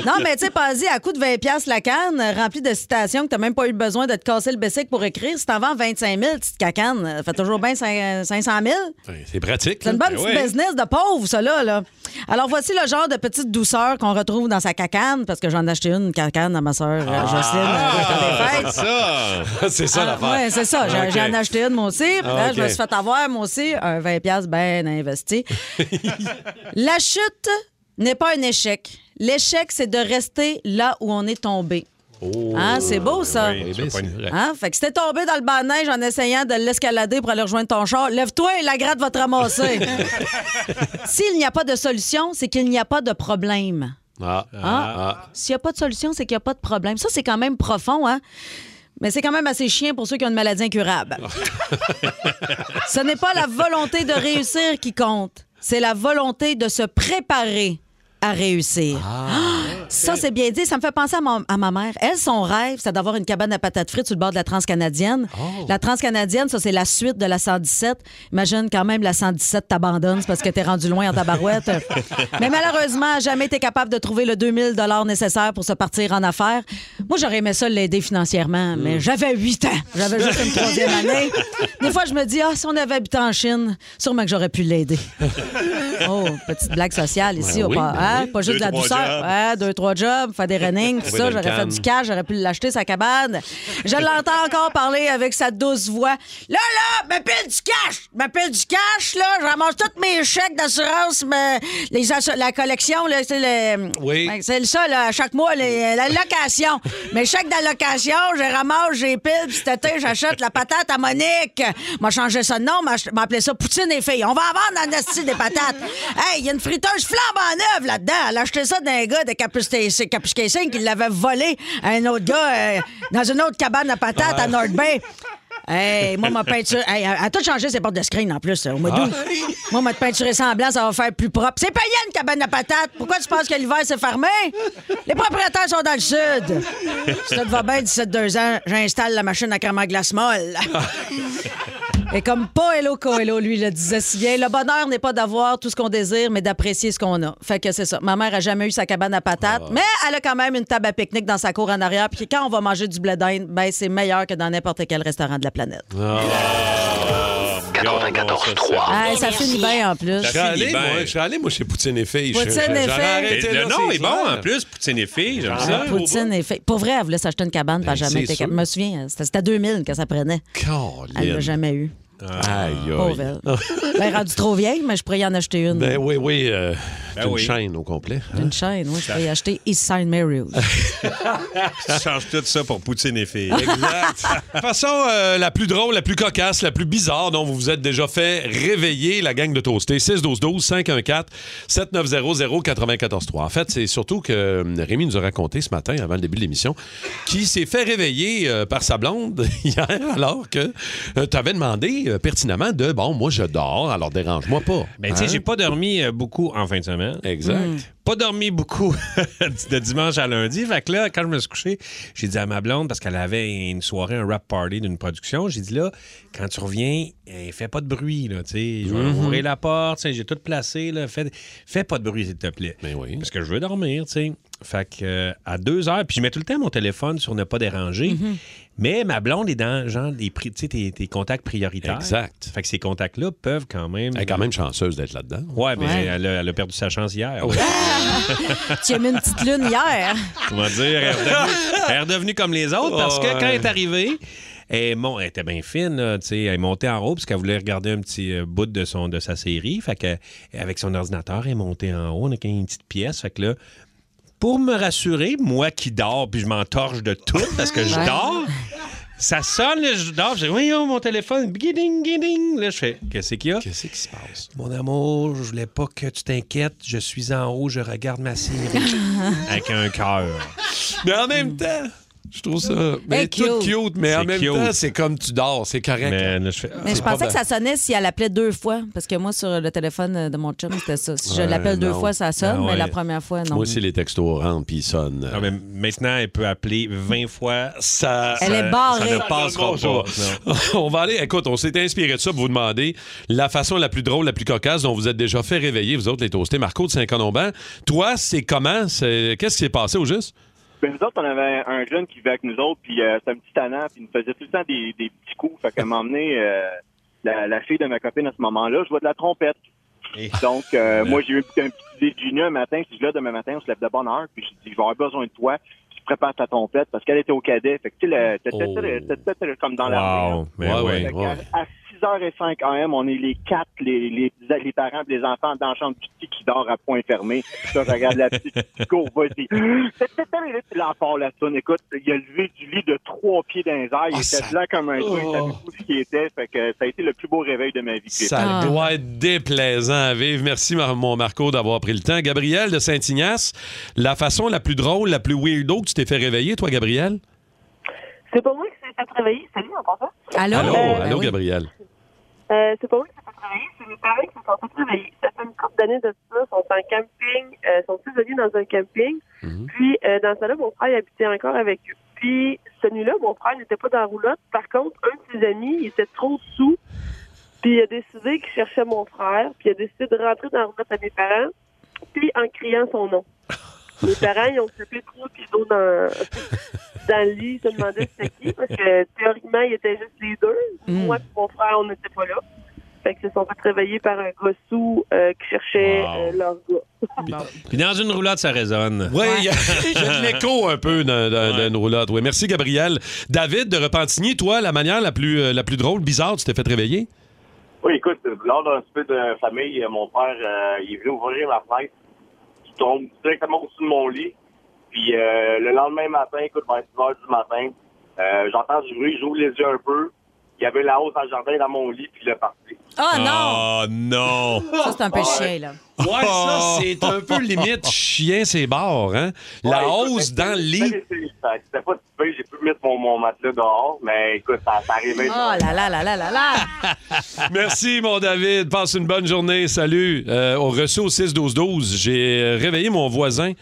D: non, mais tu sais, passer à coût de 20 pièces la canne, euh, remplie de citations que t'as même pas eu besoin de te casser le bessic pour écrire. Si t'en vends 25 000, petite cacane, euh, fait toujours bien cinq- 500 000.
C: Ouais, C'est pratique.
D: C'est une bonne
C: Ben
D: petite
C: ouais.
D: business de pauvre, ça, là, là. Alors, voici le genre de petite douceur qu'on retrouve dans sa cacane, parce que j'en ai acheté une, une cacane, à ma sœur euh, Jocelyne. euh, quand elle est faite.
E: Ah, c'est ça!
C: C'est ça
D: Ah,
C: l'affaire.
D: ouais, c'est ça. J'en-
C: Ok.
D: J'en ai acheté une, moi aussi. Puis là,
C: Ah,
D: Je me
C: ok.
D: suis fait avoir, moi aussi, un 20$ bien investi. La chute n'est pas un échec. L'échec, c'est de rester là où on est tombé. Hein, c'est beau, ça.
E: Oui, tu vas pas une-
D: Hein? Fait que si t'es tombé dans le bas de neige en essayant de l'escalader pour aller rejoindre ton char, lève-toi et la gratte va te ramasser. S'il n'y a pas de solution, c'est qu'il n'y a pas de problème.
C: Ah,
D: Ah. S'il n'y a pas de solution, c'est qu'il n'y a pas de problème. Ça, c'est quand même profond, hein? Mais c'est quand même assez chien pour ceux qui ont une maladie incurable. Ce n'est pas la volonté de réussir qui compte, c'est la volonté de se préparer à réussir. Ah, Ça, c'est bien dit. Ça me fait penser à, mon- à ma mère. Elle, son rêve, c'est d'avoir une cabane à patates frites sur le bord de la Transcanadienne. La Transcanadienne, ça, c'est la suite de la 117. Imagine quand même, la 117 t'abandonne c'est parce que t'es rendu loin en tabarouette. Mais malheureusement, jamais t'es capable de trouver le 2000 nécessaire pour se partir en affaires. Moi, j'aurais aimé ça l'aider financièrement, mais j'avais 8 ans. J'avais juste une troisième année. Des fois, je me dis, ah, si on avait habité en Chine, sûrement que j'aurais pu l'aider. Oh, petite blague sociale ici,
C: Ben
D: au
C: oui,
D: pas,
C: ben
D: hein?
C: oui.
D: pas juste
E: Deux,
D: de la
E: trois
D: douceur.
E: jobs.
D: Ouais, deux, trois jobs, faire des runnings, tout
C: Oui,
D: ça.
C: dans le
D: J'aurais fait
C: calme.
D: du cash, j'aurais pu l'acheter, sa cabane. Je l'entends encore parler avec sa douce voix. Là, là, m'appelle du cash! M'appelle du cash, là! Je ramasse tous mes chèques d'assurance, mais les assu- la collection, là, c'est le.
C: Oui.
D: Ben, C'est ça, là, à chaque mois, les- euh, la location. Mes chèques d'allocation, je ramasse, j'ai pile, puis cet été, j'achète la patate à Monique. M'a changé ça de nom, m'a m'a appelé ça Poutine et filles. On va en vendre en esti des patates. Hey, il y a une friteuse flambant neuve là-dedans. Elle a acheté ça d'un gars de Capus Capus Casing qui l'avait volé à un autre gars euh, dans une autre cabane à patates à North Bay. Hey, moi, ma peinture. Hey, elle a tout changé ses portes de screen en plus, euh, au mois d'août. Moi, ma peinture en blanc, ça va faire plus propre. C'est payant une cabane à patates. Pourquoi tu penses que l'hiver, c'est fermé? Les propriétaires sont dans le sud. Si ça te va bien, 17-2 ans, j'installe la machine à crème à glace molle. Et comme Paolo Coelho, lui, le disait si bien, le bonheur n'est pas d'avoir tout ce qu'on désire, mais d'apprécier ce qu'on a. Fait que c'est ça. Ma mère a jamais eu sa cabane à patates, mais elle a quand même une table à pique-nique dans sa cour en arrière. Puis quand on va manger du blé d'Inde, ben, c'est meilleur que dans n'importe quel restaurant de la planète. Ah, ça finit bien en plus.
C: Je suis allé,
E: Ben.
C: moi, je suis allé, moi, chez Poutine et Filles. Je-
D: Poutine et Filles.
C: j'aurais
E: Et
C: arrêté là,
E: le nom
C: c'est
E: est bon
C: clair.
E: en plus, Poutine et filles, j'aime
D: Ah,
E: ça.
D: Poutine est fait. Pour vrai, elle voulait s'acheter une cabane, puis elle a
C: Ben,
D: jamais été
C: c'est sûr.
D: capable. Je me souviens, c'était c'était à 2000 que ça prenait. Elle
C: Caroline.
D: l'a jamais eu.
C: Aïe,
D: Pauvre
C: aïe.
D: elle. ben, rendue trop vieille, mais je pourrais y en acheter une.
C: Ben oui, oui. euh, c'est
E: Ben
C: une
E: oui.
C: chaîne au complet. hein.
D: Une chaîne, oui, je pourrais y acheter Eastside Marriott.
E: Tu changes tout ça pour Poutine et filles.
C: Exact. De toute façon, euh, la plus drôle, la plus cocasse, la plus bizarre dont vous vous êtes déjà fait réveiller, la gang de Toasté, 612-12-514-7900-943. En fait, c'est surtout que euh, Rémi nous a raconté ce matin, avant le début de l'émission, qui s'est fait réveiller euh, par sa blonde hier, alors que tu avais demandé euh, pertinemment de « Bon, moi, je dors, alors dérange-moi pas.
E: Mais Ben, tu sais,
C: Hein?
E: j'ai pas dormi euh, beaucoup en fin de semaine.
C: Exact.
E: Pas dormi beaucoup de dimanche à lundi. Fait que là, quand je me suis couché, j'ai dit à ma blonde, parce qu'elle avait une soirée, un rap party d'une production, j'ai dit là, quand tu reviens, eh, fais pas de bruit, là, tu sais. Je vais
C: Mhm.
E: ouvrir la porte, tu sais, j'ai tout placé, là. Fais, fais pas de bruit, s'il te plaît.
C: Mais Ben oui.
E: Parce que je veux dormir, tu sais. Fait que euh, à deux heures, puis je mets tout le temps mon téléphone sur ne pas déranger. Mais ma blonde est dans genre les pri- tu sais, tes, tes contacts prioritaires.
C: Exact.
E: Fait que ces contacts-là peuvent quand même.
C: Elle est quand même chanceuse d'être là-dedans.
E: Ouais, mais
D: Ouais.
E: Elle, a, elle a perdu sa chance hier.
D: tu as mis une petite lune hier.
E: Comment dire? Elle est, redevenue, elle est redevenue comme les autres parce que
C: Ouais.
E: quand elle est arrivée, elle, est mon- elle était bien fine. là, tu sais, elle est montée en haut parce qu'elle voulait regarder un petit euh, bout de, son, de sa série. Fait que, avec son ordinateur, elle est montée en haut. On a gagné une petite pièce. Fait que là, pour me rassurer, moi qui dors, puis je m'entorche de tout parce que je
D: Ouais.
E: dors. Ça sonne, là, je dors, je dis, voyons, mon téléphone, guiding, guiding. Là, je fais, qu'est-ce qu'il y a?
C: Qu'est-ce qui se passe?
E: Mon amour, je voulais pas que tu t'inquiètes. Je suis en haut, je regarde ma série. Avec un cœur.
C: Mais en même temps, je trouve ça mais
D: Hey,
C: tout
D: cute.
C: cute, mais en
E: C'est
C: même
E: cute.
C: temps, c'est comme tu dors, c'est correct.
E: Mais là, je fais.
D: Mais je
C: pas
D: pensais
C: bien.
D: que ça sonnait si elle appelait deux fois. Parce que moi, sur le téléphone de mon chum, c'était ça. Si je
C: Ouais,
D: l'appelle deux
C: non.
D: fois, ça sonne,
E: Ah ouais.
D: mais la première fois, non.
C: Moi aussi, les textos rentrent puis ils sonnent. euh,
E: Ah, mais maintenant, elle peut appeler 20 fois.
C: Ça,
D: Elle est barrée.
E: Ça ne passera
C: Bonjour.
E: pas. Non.
C: on va aller, écoute, on s'est inspiré de ça pour vous demander la façon la plus drôle, la plus cocasse dont vous êtes déjà fait réveiller, vous autres, les toastés. Marco de Saint-Colomban, toi, c'est comment? C'est- Qu'est-ce qui s'est passé au juste?
L: Ben, nous autres, on avait un jeune qui vivait avec nous autres, puis euh, c'était un petit tannant, puis il nous faisait tout le temps des, des petits coups. Fait qu'elle m'a emmené euh, la, la fille de ma copine à ce moment-là, je vois de la trompette.
E: Et-
L: Donc, euh, moi, j'ai eu un petit déjeuner un matin, je dis là, demain matin, on se lève de bonne heure, puis je dis, je vais avoir besoin de toi, puis je prépare ta trompette, parce qu'elle était au cadet. Fait que, tu sais, le-
C: Oh.
L: comme dans l'armée.
E: Wow. Mais
C: Ouais,
E: ouais,
C: Ben, ouais.
L: Fait qu'à- À 6h05 AM, on est les quatre, les, les, les parents et les enfants dans la chambre du petit qui dort à point fermé. Ça, je regarde la petite qui court, vas-y. L'enfant, la sonne, écoute, il a levé du lit de trois pieds dans les airs. Il
C: Ah,
L: était
C: ça-
L: blanc comme un truc, il savait
C: Oh.
L: tout ce qu'il était. Fait que ça a été le plus beau réveil de ma vie.
C: Ça
D: Ah.
C: doit être déplaisant à vivre. Merci, Mar- mon Marco, d'avoir pris le temps. Gabriel de Saint-Ignace, la façon la plus drôle, la plus weirdo que tu t'es fait réveiller, toi, Gabriel?
M: C'est pas moi qui s'est fait travailler, salut, on pense ça.
D: Allô?
C: allô,
D: Ben
C: allô,
D: oui.
C: Gabriel.
M: Euh, c'est pas moi qui s'est fait travailler, c'est mes parents qui se sont fait travailler. Ça fait une couple d'années de ça, ils sont en camping, euh, ils sont prisonniers dans un camping. Puis, euh, dans ça là mon frère il habitait encore avec eux. Puis, cette nuit-là, mon frère n'était pas dans la roulotte. Par contre, un de ses amis, il était trop sous. Puis, il a décidé qu'il cherchait mon frère. Puis, il a décidé de rentrer dans la roulotte à mes parents. Puis, en criant son nom. Mes parents, ils ont tapé trois pieds d'eau dans, dans le lit. Ils se demandaient c'était qui. Parce que, théoriquement, ils étaient juste les deux.
D: Mm.
M: Moi et mon frère, on n'était pas là. Fait qu'ils se sont fait réveiller par un gars sous euh, qui cherchait
E: Wow.
M: euh, leur gars.
E: Puis dans une roulotte, ça résonne.
C: Oui, il y a il y a de l'écho un peu d'un- d'un- d'une roulotte. Oui. Merci, Gabriel. David de Repentigny, toi, la manière la plus, euh, la plus drôle, bizarre, tu t'es fait réveiller?
L: Oui, écoute, lors d'un peu de famille, mon père, euh, il est venu ouvrir ma fenêtre. Il tombe directement au-dessus de mon lit. Puis euh, le lendemain matin, écoute, vers 6 heures du matin, euh, j'entends du bruit, j'ouvre les yeux un peu. Il y avait la hausse dans le jardin dans mon lit, puis il est parti.
D: Oh non!
E: Oh non!
D: Ça, c'est un peu chien, là.
C: Ah! Ouais, ça, c'est un peu limite chien, c'est barre, hein? La hausse
D: ben,
C: dans le lit.
L: C'était pas si pire, j'ai pu mettre mon, mon matelas dehors, mais écoute, ça, ça arrivait.
D: Oh là là là là là là!
C: Merci, mon David. Passe une bonne journée. Salut. Euh, on reçu au 6-12-12. J'ai réveillé mon voisin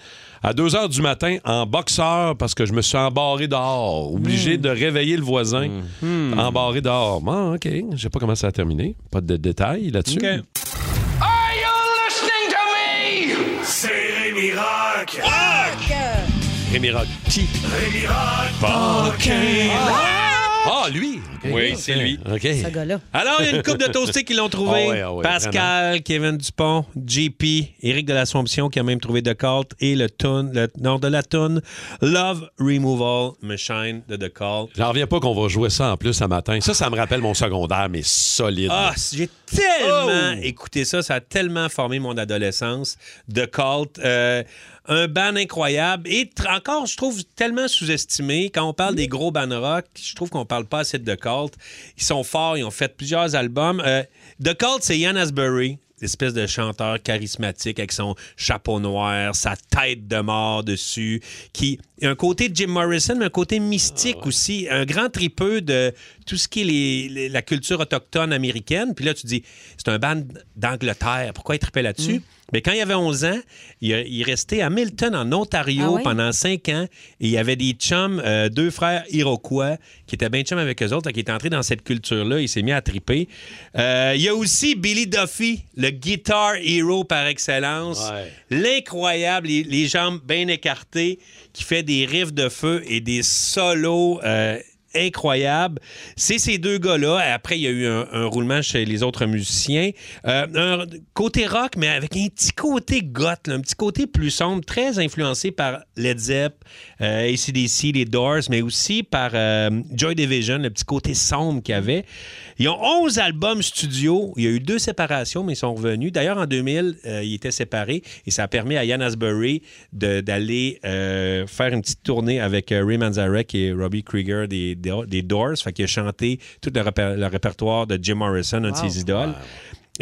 C: à 2 h du matin en boxeur parce que je me suis embarré dehors. Obligé de réveiller le voisin. Hmm. Embarré dehors. Bon, OK. Je sais pas comment ça a terminé. Pas de détails là-dessus.
E: OK.
B: Are you listening to me? C'est Rémi Rock. Rock!
C: Rémi Rock. Qui?
B: Rémi Rock. Rock.
C: Ah, lui! Ok.
E: Oui, c'est lui.
C: OK.
E: Ce
D: gars-là.
E: Alors, il y a une coupe de toastés qui l'ont trouvé.
C: Ah ouais, ah ouais,
E: Pascal, Kevin Dupont, JP, Éric de l'Assomption qui a même trouvé The Cult et le tune, le nom de la tune Love Removal Machine de The Cult.
C: J'en reviens pas qu'on va jouer ça en plus ce matin. Ça, ça me rappelle mon secondaire, mais solide.
E: Ah, j'ai tellement
C: Oh!
E: écouté ça, ça a tellement formé mon adolescence. The Cult, euh, un band incroyable et tr- encore, je trouve tellement sous-estimé. Quand on parle des gros bands rock, je trouve qu'on parle pas assez de The Cult. Ils sont forts, ils ont fait plusieurs albums. Euh, The Cult, c'est Ian Asbury. Espèce de chanteur charismatique avec son chapeau noir, sa tête de mort dessus, qui il y a un côté Jim Morrison, mais un côté mystique
C: Ah
E: aussi, un grand tripeux de tout ce qui est les- les- la culture autochtone américaine. Puis là, tu dis, c'est un band d'Angleterre, pourquoi il tripait là-dessus?
C: Mm.
E: Mais quand il avait 11 ans, il, a- il restait à Milton, en Ontario,
C: Ah ouais?
E: pendant 5 ans. Et il y avait des chums, euh, deux frères Iroquois, qui étaient bien chums avec eux autres. qui est entré dans cette culture-là. Il s'est mis à triper. Euh, il y a aussi Billy Duffy, le guitar hero par excellence. L'incroyable, les, les jambes bien écartées, qui fait des riffs de feu et des solos. euh, incroyable. C'est ces deux gars-là. Après, il y a eu un, un roulement chez les autres musiciens. Euh, un côté rock, mais avec un petit côté goth, là, un petit côté plus sombre, très influencé par Led Zepp, euh, ACDC, les Doors, mais aussi par euh, Joy Division, le petit côté sombre qu'il y avait. Ils ont 11 albums studio. Il y a eu deux séparations, mais ils sont revenus. D'ailleurs, en 2000, euh, ils étaient séparés et ça a permis à Yann Asbury de- d'aller euh, faire une petite tournée avec euh, Ray Manzarek et Robbie Krieger des, des, des Doors. Fait qu'il a chanté tout le, réper- le répertoire de Jim Morrison, un de
C: Wow.
E: ses idoles.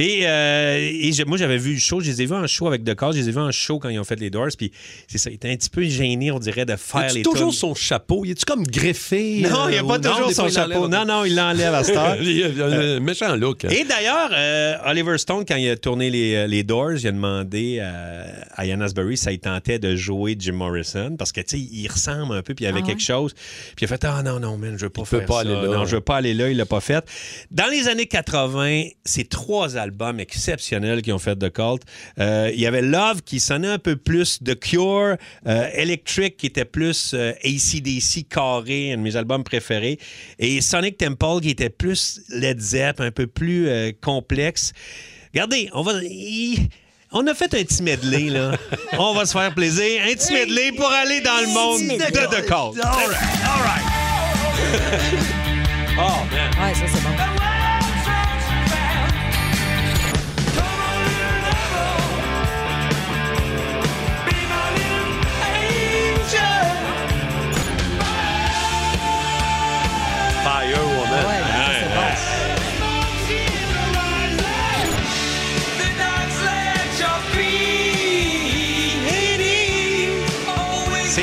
E: Et, euh, et j'ai- moi, j'avais vu le show. Je les ai vus en show avec The Cars. Je les ai vus en show quand ils ont fait les Doors. Puis c'est ça, il était un petit peu gêné, on dirait, de faire
C: Il
E: les
C: a toujours
E: tunes.
C: son chapeau. Il est-tu comme greffé?
E: Non,
C: n'y
E: il n'y a pas toujours son chapeau. Non, non, il l'enlève à cette heure.
C: il a un
E: Euh,
C: méchant look. hein.
E: Et d'ailleurs, euh, Oliver Stone, quand il a tourné les, euh, les Doors, il a demandé à, à Ian Asbury si il tentait de jouer Jim Morrison parce que, tu sais, il ressemble un peu, puis il avait
C: Ah ouais?
E: quelque chose. Puis il a fait Ah non, non, man, je veux pas
C: peut
E: faire
C: pas
E: ça.
C: aller là.
E: Non, je veux pas aller là, il l'a pas fait. Dans les années 80, c'est trois albums exceptionnels qui ont fait de Cult. Euh, il y avait Love qui sonnait un peu plus de Cure, euh, Electric qui était plus euh, ACDC carré, un de mes albums préférés, et Sonic Temple qui était plus Led Zepp, un peu plus euh, complexe. Regardez, on va... il- On a fait un petit medley, là. on va se faire plaisir. Un petit medley pour aller dans le monde de The Cult. Oh, man.
D: Ouais, ça, c'est bon.
C: Fire Woman.
E: C'est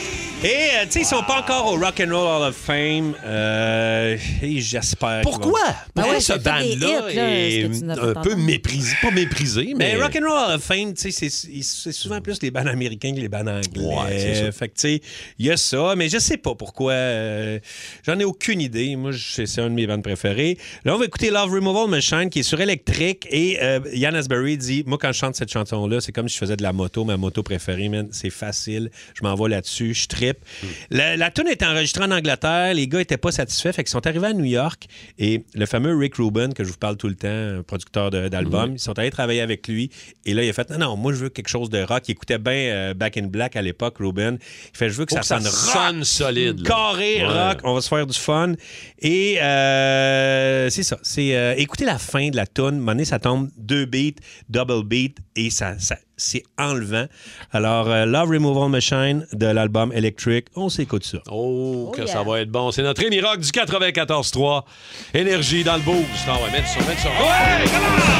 E: Et, euh, tu sais, ils sont pas encore au Rock and Roll Hall of Fame. Euh, et j'espère. qu'ils
C: Pourquoi?
E: vont-
C: Pourquoi ce band-là est un peu méprisé? Pas méprisé, mais.
E: Mais Ben, Rock and Roll Hall of Fame, tu sais, c'est- c'est souvent plus les bandes américains que les bandes anglais.
C: Ouais, c'est ça.
E: Euh, Fait que, tu sais, il y a ça, mais je sais pas pourquoi. euh, J'en ai aucune idée. Moi, je- c'est un de mes bandes préférées. Là, on va écouter Love Removal Machine qui est sur électrique. Et euh, Yann Asbury dit Moi, quand je chante cette chanson-là, c'est comme si je faisais de la moto, ma moto préférée, man. C'est facile. Je m'en vais là-dessus. Je trippe. La, la tune est enregistrée en Angleterre. Les gars étaient pas satisfaits. Fait qu'ils sont arrivés à New York. Et le fameux Rick Rubin, que je vous parle tout le temps, un producteur de- d'albums, ils sont allés travailler avec lui. Et là, il a fait Non, non, moi, je veux quelque chose de rock. Il écoutait bien euh, Back in Black à l'époque, Rubin. Il fait Je veux que
C: Faut
E: Oh, ça sonne rock.
C: solide. là. Ouais.
E: Carré rock, on va se faire du fun. Et euh, c'est ça. C'est euh, écoutez la fin de la tune. Mané, ça tombe deux beats, double beat, et ça, ça- c'est enlevant. Alors, euh, Love Removal Machine de l'album Electric, on s'écoute ça.
C: Oh, que ça va être bon. C'est notre Rémi Rock du 94-3. Énergie dans le boost. Ah ouais, mets ça, mets ça.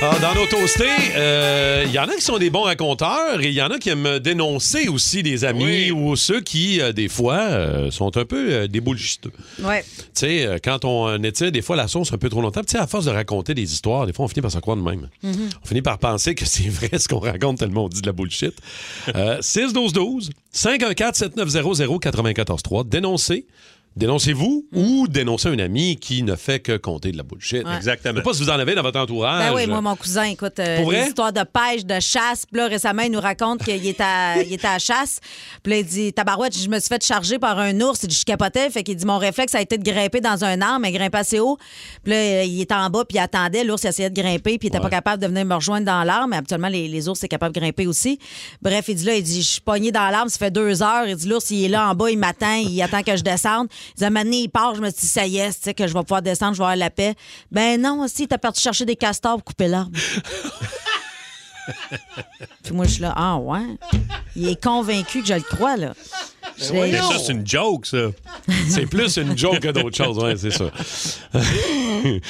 B: Ah,
C: Alors, dans nos toastés, euh, il y en a qui sont des bons raconteurs et il y en a qui aiment dénoncer aussi des amis ou ceux qui, euh, des fois, euh, sont un peu euh, des bullshiteux.
D: Ouais.
C: Tu sais, euh, quand on étire des fois la sauce un peu trop longtemps, tu sais, à force de raconter des histoires, des fois, on finit par s'en croire de même.
D: Hmm.
B: Mhm.
C: On finit par penser que c'est vrai ce qu'on raconte tellement on dit de la bullshit. Euh, 6-12-12, 514-7900-943, dénoncez. Dénoncez-vous ou dénoncez un ami qui ne fait que compter de la bullshit.
D: Hmm. Ouais.
C: Exactement. Je sais pas si vous en avez dans votre entourage.
D: Ben oui, moi, mon cousin, écoute, euh,
C: Pour
D: des
C: vrai?
D: histoires de pêche, de chasse. Puis là, récemment, il nous raconte qu'il était à, il était à la chasse. Puis là, il dit Tabarouette, je me suis fait charger par un ours. Il dit, Je capotais. Fait qu'il dit Mon réflexe a été de grimper dans un arbre, mais grimper assez haut. Puis là, il était en bas, puis il attendait. L'ours, il essayait de grimper, puis il était pas capable de venir me rejoindre dans l'arbre. Mais habituellement, les, les ours, c'est capable de grimper aussi. Bref, il dit Là, il dit Je suis pogné dans l'arbre, ça fait deux heures. Il dit L'ours, il est là en bas, il m'attend, il attend que je descende. Il dit À un moment donné, il part. Je me suis dit Ça y est, tu sais, que je vais pouvoir descendre, je vais avoir la paix. Ben non, aussi, t'as parti chercher des castors pour couper l'arbre. Puis moi, je suis là, ah ouais. Il est convaincu que je le crois, là.
C: Ben
D: Je l'ai-
E: Mais ça, c'est une joke, ça.
C: C'est plus une joke que d'autres choses, ouais, c'est ça.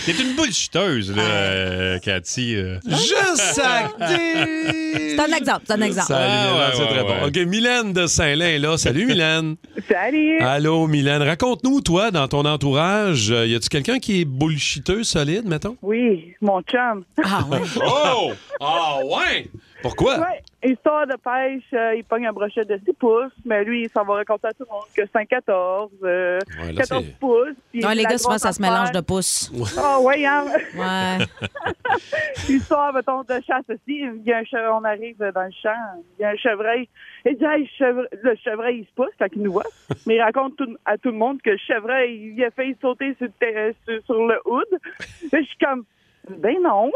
E: T'es une bullshiteuse, là, euh, Cathy. euh.
C: Je sac
D: C'est un exemple, c'est un exemple.
C: Salut, Mylène,
E: ouais,
C: c'est
E: ouais,
C: très bon.
E: ouais.
C: OK, Mylène de Saint-Lin est là. Salut, Mylène.
I: Salut!
C: Allô, Mylène. Raconte-nous, toi, dans ton entourage, euh, y a-tu quelqu'un qui est bullshiteux, solide, mettons?
I: Oui, mon chum.
D: Ah ouais?
C: Oh! Ah ouais! Pourquoi?
I: Ouais, histoire de pêche, euh, il pogne un brochet de 6 pouces, mais lui, il s'en va raconter à tout le monde que c'est un 14, euh,
D: Ouais, là,
I: 14
D: c'est-
I: pouces. puis
D: Non, les
I: la
D: gars, souvent,
I: grosse
D: ça se
I: affaire.
D: mélange de pouces.
L: Oh!
I: Ah, ouais, hein?
D: Ouais.
I: Histoire, mettons, de chasse aussi. Il y a un che- on arrive dans le champ, il y a un chevreuil. Il dit, Hey, chevre- le chevreuil, il se pousse, fait qu'il nous voit. Mais il raconte tout- à tout le monde que le chevreuil, il a failli sauter sur, le ter- sur- sur le hood. Et je suis comme, ben non.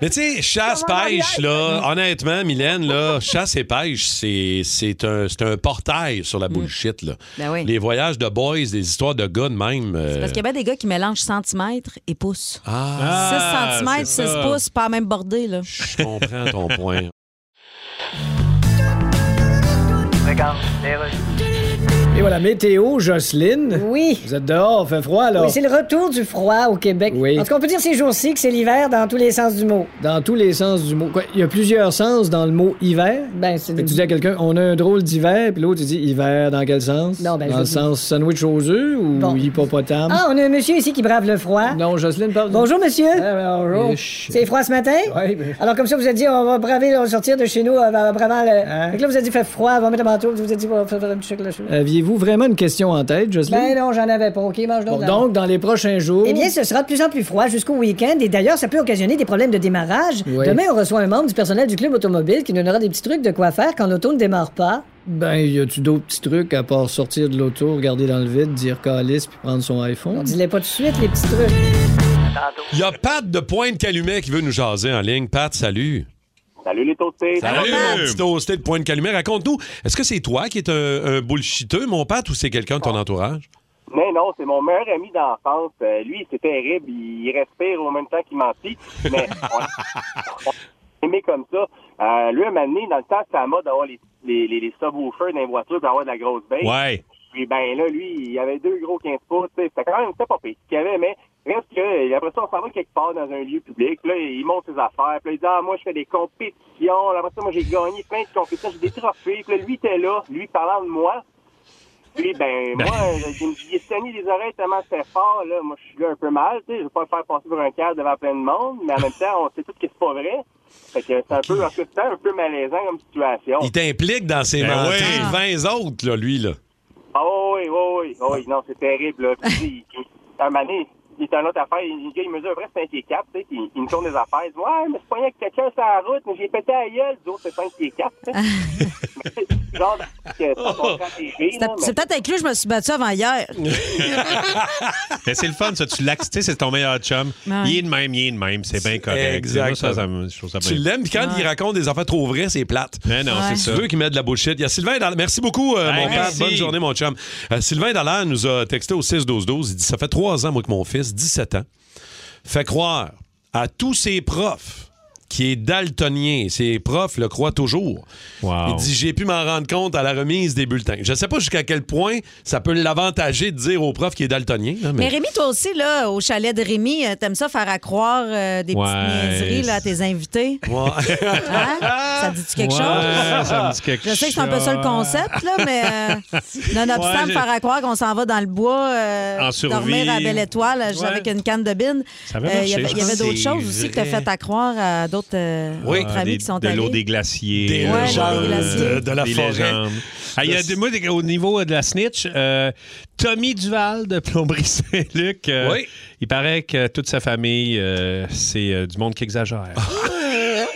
C: Mais tu sais, chasse, pêche, là, honnêtement, Mylène, là, chasse et pêche, c'est c'est un, c'est un portail sur la bullshit, là.
D: Mm. Ben oui.
C: Les voyages de boys, des histoires de gars de même. euh,
D: Parce qu'il y a bien des gars qui mélangent centimètres et pouces.
C: Ah,
D: 6 cm,
C: c'est
D: 6
C: ça.
D: pouces, pas à même bordé, là.
C: Je comprends ton point.
F: Et voilà, météo, Jocelyne. Oui. Vous êtes dehors, fait froid, là.
N: Oui, c'est le retour du froid au Québec.
F: Oui.
N: En tout cas, on peut dire ces jours-ci que c'est l'hiver dans tous les sens du mot.
F: Dans tous les sens du mot. Quoi, il y a plusieurs sens dans le mot hiver.
N: Ben, c'est...
F: Fait que tu dis à quelqu'un, on a un drôle d'hiver, puis l'autre, il dit hiver dans quel sens?
N: Non, ben, je
F: dans le
N: dis-
F: sens sandwich aux œufs ou hippopotame?
N: Ah, on a un monsieur ici qui brave le froid.
F: Um. Non, Jocelyne, parle.
N: Bonjour, monsieur.
F: bonjour.
N: C'est froid ce matin?
F: Oui, ben-
N: Alors, comme ça, vous avez dit, on va braver, on va sortir de chez nous, euh, euh, bravant le...
F: Hein?
N: Fait que là, vous avez dit, fait froid, on va mettre un manteau, puis vous avez dit, on va faire faire un petit chocolat chaud.
F: Aviez-vous vraiment une question en tête, Euh, Jocelyne?
N: Ben non, j'en avais pas. OK, mange
F: Bon,
N: donc. d'abord.
F: donc, dans les prochains jours.
N: Eh bien, ce sera de plus en plus froid jusqu'au week-end et d'ailleurs, ça peut occasionner des problèmes de démarrage.
F: Oui.
N: Demain, on reçoit un membre du personnel du club automobile qui nous donnera des petits trucs de quoi faire quand l'auto ne démarre pas.
F: Ben, y a-tu d'autres petits trucs à part sortir de l'auto, regarder dans le vide, dire calice puis prendre son iPhone?
N: On dis-les pas tout de suite, les petits trucs.
C: Il y a Pat de Pointe-Calumet qui veut nous jaser en ligne. Pat, salut.
L: Salut les toastés.
C: Salut, mon petit toasté de Pointe-Calumet. Raconte-nous, est-ce que c'est toi qui es un, un bullshiteux, mon Pat, ou c'est quelqu'un
L: Ah.
C: de ton entourage?
L: Mais non, c'est mon meilleur ami d'enfance. Euh, lui, c'est terrible. Il respire en même temps qu'il mentit. Mais on, on aimé comme ça. Euh, lui, un moment donné, dans le temps, c'était à la mode d'avoir les, les, les, les subwoofers dans les voitures pour avoir de la grosse baisse.
E: Ouais.
L: Puis ben là, lui, il avait deux gros 15 pouces. tu sais, C'était quand même ça pas pire qu'il avait, mais reste que après ça, on s'en va quelque part dans un lieu public. Puis là, il monte ses affaires. Puis là, il dit Ah, moi, je fais des compétitions. Après ça, moi, j'ai gagné plein de compétitions, j'ai des trophées. Puis là, lui était là, lui parlant de moi. Puis ben moi, j'ai j'ai saigné les oreilles tellement c'était fort, là, moi je suis là un peu mal, tu sais, je vais pas le faire passer pour un cadre devant plein de monde, mais en même temps, on sait tout que c'est pas vrai. Fait que c'est un peu, en tout temps, un peu malaisant comme situation.
C: Il t'implique dans ses
E: Ben
C: mentées.
E: oui.
C: 20 autres, là, lui, là.
L: Ah oui, oui, oui, oui, non, c'est terrible. Là. Puis, il- il- un moment donné, il est un autre affaire. Il, le gars, il mesure à peu près 5 pieds 4, tu sais, puis il me tourne des affaires. Il dit Ouais, mais c'est pas rien que quelqu'un sur la route, mais j'ai pété à gueule. Je dis, Oh, c'est 5 pieds 4. Genre, que ça, on prend des billes,
D: C'était-
L: là, mais-
D: C'est peut-être avec lui que je me suis battue avant hier.
E: Mais c'est le fun, ça. Tu l'axes, tu sais, c'est ton meilleur chum.
D: Ouais.
E: Il est de même, il est de même. C'est bien correct.
C: Exact.
E: Moi, ça, ça me- je trouve ça
C: Tu
E: bien.
C: l'aimes, puis quand il raconte des affaires trop vraies, c'est plate.
E: Mais non, c'est
C: Tu
E: ça.
C: veux qu'il mette de la bullshit. Il y a Sylvain Dallaire. Merci beaucoup, euh,
E: Hey,
C: mon père.
E: merci.
C: Bonne journée, mon chum. Euh, Sylvain Dallaire nous a texté au 6-12-12. Il dit Ça fait trois ans, moi, que mon fils, 17 ans, fait croire à tous ses profs qui est daltonien. Ses profs le croient toujours. Il dit J'ai pu m'en rendre compte à la remise des bulletins. Je ne sais pas jusqu'à quel point ça peut l'avantager de dire au prof qui est daltonien. là,
D: Mais Rémi, toi aussi, là, au chalet de Rémi, euh, t'aimes ça faire accroire euh, des
C: Ouais.
D: petites niaiseries là, à tes invités?
C: Ouais.
D: Hein? Ça dit-tu quelque
C: Ouais,
D: chose?
C: ça me dit quelque
D: Je sais que c'est un peu ça le concept, là, mais euh, nonobstant
E: Ouais,
D: de
E: j'ai-
D: faire à croire qu'on s'en va dans le bois, euh,
E: En survie.
D: dormir à Belle Étoile euh, juste
E: Ouais.
D: avec une canne de bine.
E: Ça avait
D: Euh, Il y
E: marché,
D: avait, il y avait
E: ça.
D: d'autres
E: C'est
D: choses aussi que t'as
E: vrai.
D: fait à croire à d'autres euh,
E: Oui. Ah,
D: autres amis
E: Des-
D: qui sont
E: de l'eau
D: allés.
E: des glaciers.
C: Des
E: euh,
C: légendes de- de la
E: des
C: forêt.
E: légendes. Ah, il y a des- moi, des- au niveau euh, de la snitch, euh, Tommy Duval de Plomberie Saint-Luc, euh,
C: Oui.
E: il paraît que toute sa famille, euh, c'est euh, du monde qui exagère.